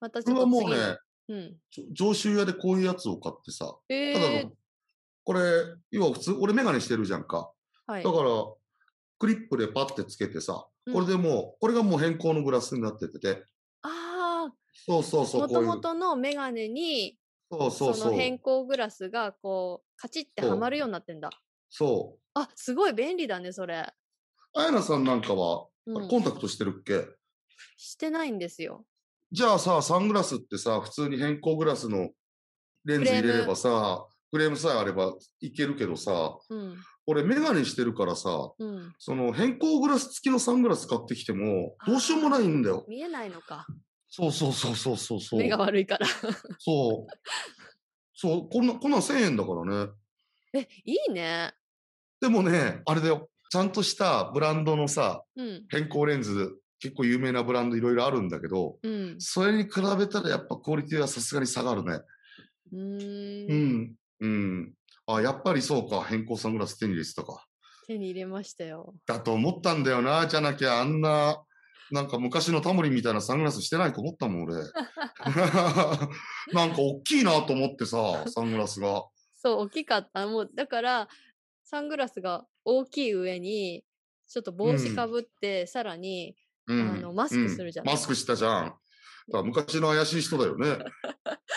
[SPEAKER 2] またち
[SPEAKER 1] こ
[SPEAKER 2] ょ
[SPEAKER 1] れは
[SPEAKER 2] っと
[SPEAKER 1] もう
[SPEAKER 2] 次に。
[SPEAKER 1] ね、
[SPEAKER 2] うん。
[SPEAKER 1] ちょ常習屋でこういうやつを買ってさ、
[SPEAKER 2] え
[SPEAKER 1] ただ
[SPEAKER 2] ー
[SPEAKER 1] の、、これ、要は普通、俺メガネしてるじゃんか。
[SPEAKER 2] はい
[SPEAKER 1] だ。から、クリップでパッてつけてさ、
[SPEAKER 2] うん
[SPEAKER 1] これでもう、これがもう変更のグラスになっててて、
[SPEAKER 2] あ
[SPEAKER 1] そうそう
[SPEAKER 2] あ、
[SPEAKER 1] そう、
[SPEAKER 2] も
[SPEAKER 1] ことういう
[SPEAKER 2] も。とのメガネに、
[SPEAKER 1] そうそう
[SPEAKER 2] そ
[SPEAKER 1] そ
[SPEAKER 2] の
[SPEAKER 1] う。
[SPEAKER 2] 変更グラスが、こう、カチッて
[SPEAKER 1] そう
[SPEAKER 2] はまるようになってんだ。
[SPEAKER 1] そ
[SPEAKER 2] あ、すごい便利だね、それ。
[SPEAKER 1] う。あやなさんなんかは、
[SPEAKER 2] うん
[SPEAKER 1] コンタクトしてるっけ
[SPEAKER 2] してないんですよ。
[SPEAKER 1] じゃあさ、サングラスってさ、普通に変更グラスのレンズ入れればさ、フレームさえあればいけるけどさ、
[SPEAKER 2] うん。
[SPEAKER 1] 俺メガネしてるからさ、
[SPEAKER 2] うん。
[SPEAKER 1] その変更グラス付きのサングラス買ってきても、どうしようもないんだよ。
[SPEAKER 2] 見えないのか。
[SPEAKER 1] そうそうそうそうそうそう。
[SPEAKER 2] 目が悪いから。
[SPEAKER 1] そう。そう、こんな、こんなん1000円だからね。
[SPEAKER 2] え、いいね。
[SPEAKER 1] でもね、あれだよ。ちゃんとしたブランドのさ、
[SPEAKER 2] うん。
[SPEAKER 1] 変更レンズ、結構有名なブランドいろいろあるんだけど、
[SPEAKER 2] うん。
[SPEAKER 1] それに比べたらやっぱクオリティはさすがに下がるね。
[SPEAKER 2] うーん
[SPEAKER 1] うん。うん。あ、やっぱりそうか。変更サングラス手に入れてたか。
[SPEAKER 2] 手に入れましたよ。
[SPEAKER 1] だと思ったんだよな。じゃなきゃあんな、なんか昔のタモリみたいなサングラスしてないと思ったもん、俺。 なんか大きいなと思ってさ、サングラスが。
[SPEAKER 2] そう、大きかった。もう、だから、サングラスが大きい上に、ちょっと帽
[SPEAKER 1] う
[SPEAKER 2] 子
[SPEAKER 1] ん
[SPEAKER 2] かぶって、さ らに、
[SPEAKER 1] うん。
[SPEAKER 2] あのマスクするじゃん
[SPEAKER 1] マスクしたじゃん。だから昔の怪しい人だよね。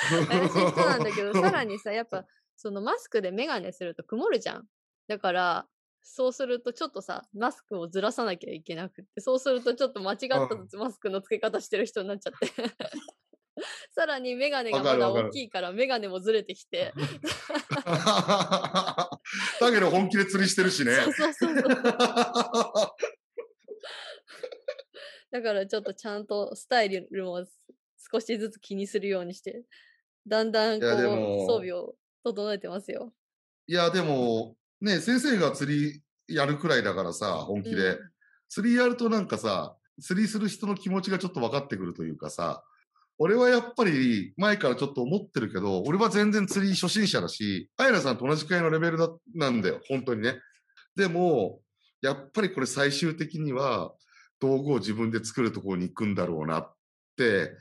[SPEAKER 2] 怪しい人なんだけど、さらにさ、やっぱ、そのマスクでメガネすると曇るじゃん。だから、そうするとちょっとさ、マスクをずらさなきゃいけなくって、そうするとちょっと間違った
[SPEAKER 1] う
[SPEAKER 2] マスクの付け方してる人になっちゃって。 さらにメガネが
[SPEAKER 1] わか
[SPEAKER 2] ま
[SPEAKER 1] る
[SPEAKER 2] だ
[SPEAKER 1] わかる
[SPEAKER 2] 大きいからメガネもずれてきて。
[SPEAKER 1] だけど本気で釣りしてるしね。
[SPEAKER 2] そうそうそうそう。だからちょっとちゃんとスタイルも少しずつ気にするようにして、だんだん
[SPEAKER 1] い
[SPEAKER 2] こ
[SPEAKER 1] やで
[SPEAKER 2] う
[SPEAKER 1] も
[SPEAKER 2] 装備を整えてますよ。
[SPEAKER 1] いや、でも、ね、先生が釣りやるくらいだからさ、本気で。
[SPEAKER 2] うん
[SPEAKER 1] 釣りやるとなんかさ、釣りする人の気持ちがちょっと分かってくるというかさ、俺はやっぱり前からちょっと思ってるけど、俺は全然釣り初心者だし、アイラさんと同じくらいのレベルだなんだよ、本当にね。でも、やっぱりこれ最終的には、道具を自分で作るところに行くんだろうなって、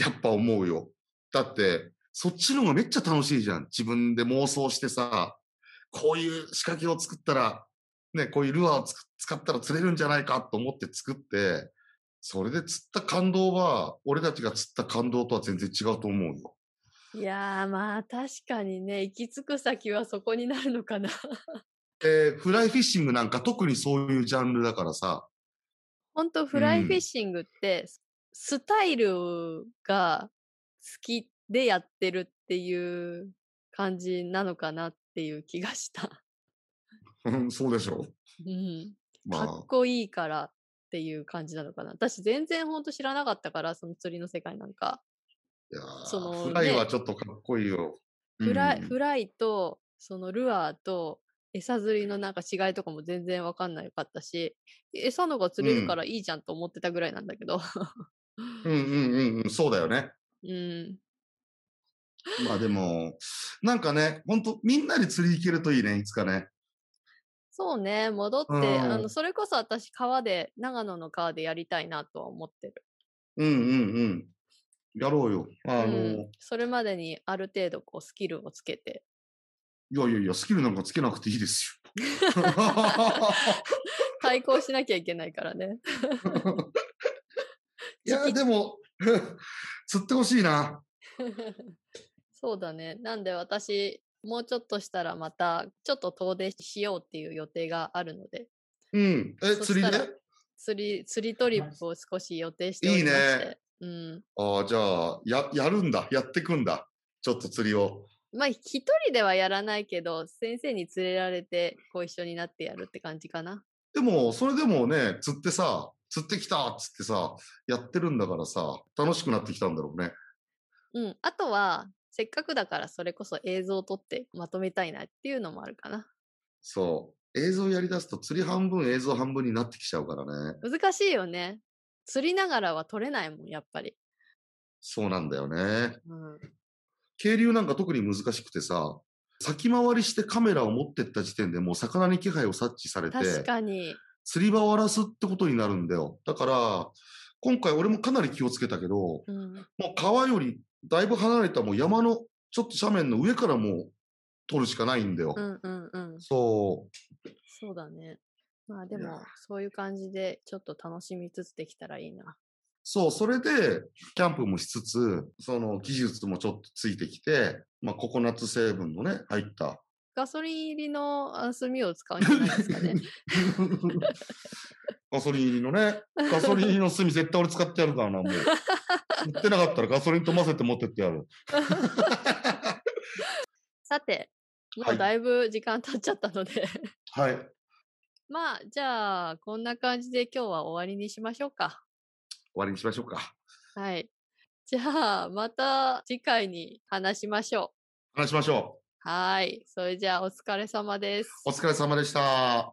[SPEAKER 1] やっぱ思うよ。だって、そっちの方がめっちゃ楽しいじゃん。自分で妄想してさ、こういう仕掛けを作ったらね、こういうルアーをつく使ったら釣れるんじゃないかと思って作って、それで釣った感動は、俺たちが釣った感動とは全然違うと思うよ。
[SPEAKER 2] いやーまあ確かにね、行き着く先はそこになるのかな。
[SPEAKER 1] えーフライフィッシングなんか特にそういうジャンルだからさ、
[SPEAKER 2] ほんとフライフィ
[SPEAKER 1] う
[SPEAKER 2] ッ
[SPEAKER 1] ん
[SPEAKER 2] シングってススタイルが好きでやってるっていう感じなのかなっていう気がした。
[SPEAKER 1] うんそうでしょ
[SPEAKER 2] うん、
[SPEAKER 1] ま
[SPEAKER 2] か
[SPEAKER 1] あ、
[SPEAKER 2] っこいいからっていう感じなのかな。私全然ほんと知らなかったから、その釣りの世界なんか。
[SPEAKER 1] いやー
[SPEAKER 2] その
[SPEAKER 1] フライ
[SPEAKER 2] ね
[SPEAKER 1] はちょっとかっこいいよ。
[SPEAKER 2] フライ、
[SPEAKER 1] うん
[SPEAKER 2] フライと、そのルアーと、餌釣りのなんか違いとかも全然わかんなかったし、餌のが釣れ
[SPEAKER 1] う
[SPEAKER 2] る
[SPEAKER 1] ん
[SPEAKER 2] からいいじゃんと思ってたぐらいなんだけど。
[SPEAKER 1] うんうんうんうん、そうだよね。
[SPEAKER 2] うん。
[SPEAKER 1] まあでも、なんかね、ほんとみんなで釣り行けるといいね、いつかね。
[SPEAKER 2] そうね、戻って、あ
[SPEAKER 1] う
[SPEAKER 2] の、
[SPEAKER 1] ん
[SPEAKER 2] それこそ私川で、長野の川でやりたいなとは思ってる。
[SPEAKER 1] うんうんうん。やろうよ。あの、
[SPEAKER 2] うん。それまでにある程度こうスキルをつけて。
[SPEAKER 1] いやいやいや、スキルなんかつけなくていいです よ。
[SPEAKER 2] 対抗しなきゃいけないからね。
[SPEAKER 1] いや、でも、 釣ってほしいな。
[SPEAKER 2] そうだね。なんで私、もうちょっとしたらまた、ちょっと遠出しようっていう予定があるので、
[SPEAKER 1] うん。え、
[SPEAKER 2] そ
[SPEAKER 1] 釣
[SPEAKER 2] し
[SPEAKER 1] り
[SPEAKER 2] た
[SPEAKER 1] で
[SPEAKER 2] ら釣り、釣りトリップを少し予定してお
[SPEAKER 1] いい
[SPEAKER 2] りまして。
[SPEAKER 1] ね
[SPEAKER 2] うん。
[SPEAKER 1] ああ、じゃあ、や、やるんだ。やってくんだ。ちょっと釣りを。
[SPEAKER 2] まあ、一人ではやらないけど、先生に連れられて、こう一緒になってやるって感じかな。
[SPEAKER 1] でも、それでもね、釣ってさ、釣ってきたっつってさ、やってるんだからさ、楽しくなってきたんだろうね。
[SPEAKER 2] うん。あとは、せっかくだから、それこそ映像を撮ってまとめたいなっていうのもあるかな。
[SPEAKER 1] そう。映像やり出すと釣り半分、映像半分になってきちゃうからね。
[SPEAKER 2] 難しいよね。釣りながらは撮れないもん、やっぱり。
[SPEAKER 1] そうなんだよね。
[SPEAKER 2] うん。
[SPEAKER 1] 渓流なんか特に難しくてさ、先回りしてカメラを持ってった時点でもう魚に気配を察知されて、
[SPEAKER 2] 確かに。
[SPEAKER 1] 釣り場を荒らすってことになるんだよ。だから、今回俺もかなり気をつけたけど、も
[SPEAKER 2] うん。
[SPEAKER 1] う川よりだいぶ離れたもう山のちょっと斜面の上からもう撮るしかないんだよ。
[SPEAKER 2] うんうんうん。
[SPEAKER 1] そ
[SPEAKER 2] そうだね。まあで
[SPEAKER 1] や
[SPEAKER 2] も、そういう感じで、ちょっと楽しみつつできたらいいな。
[SPEAKER 1] う。そう、それで、キャンプもしつつ、その技術もちょっとついてきて、まあ、ココナッツ成分のね、入った。
[SPEAKER 2] ガソリン入りのあ炭を使うんじゃないですか ね。
[SPEAKER 1] ガソリン入りのね、ガソリン入りの炭絶対俺使ってやるからな、もう。売ってなかったらガソリンと混ぜて持ってってやる。
[SPEAKER 2] さて、も
[SPEAKER 1] は
[SPEAKER 2] う
[SPEAKER 1] い
[SPEAKER 2] だいぶ時間経っちゃった ので、
[SPEAKER 1] はい。
[SPEAKER 2] まあ、じゃあ、こんな感じで今日は終わりにしましょうか。
[SPEAKER 1] 終わりにしましょうか。
[SPEAKER 2] はい。じゃあ、また次回に話しましょ
[SPEAKER 1] 話しましょ
[SPEAKER 2] う。はい。それじゃあ、お疲れ様です
[SPEAKER 1] う。お。疲れ様でした。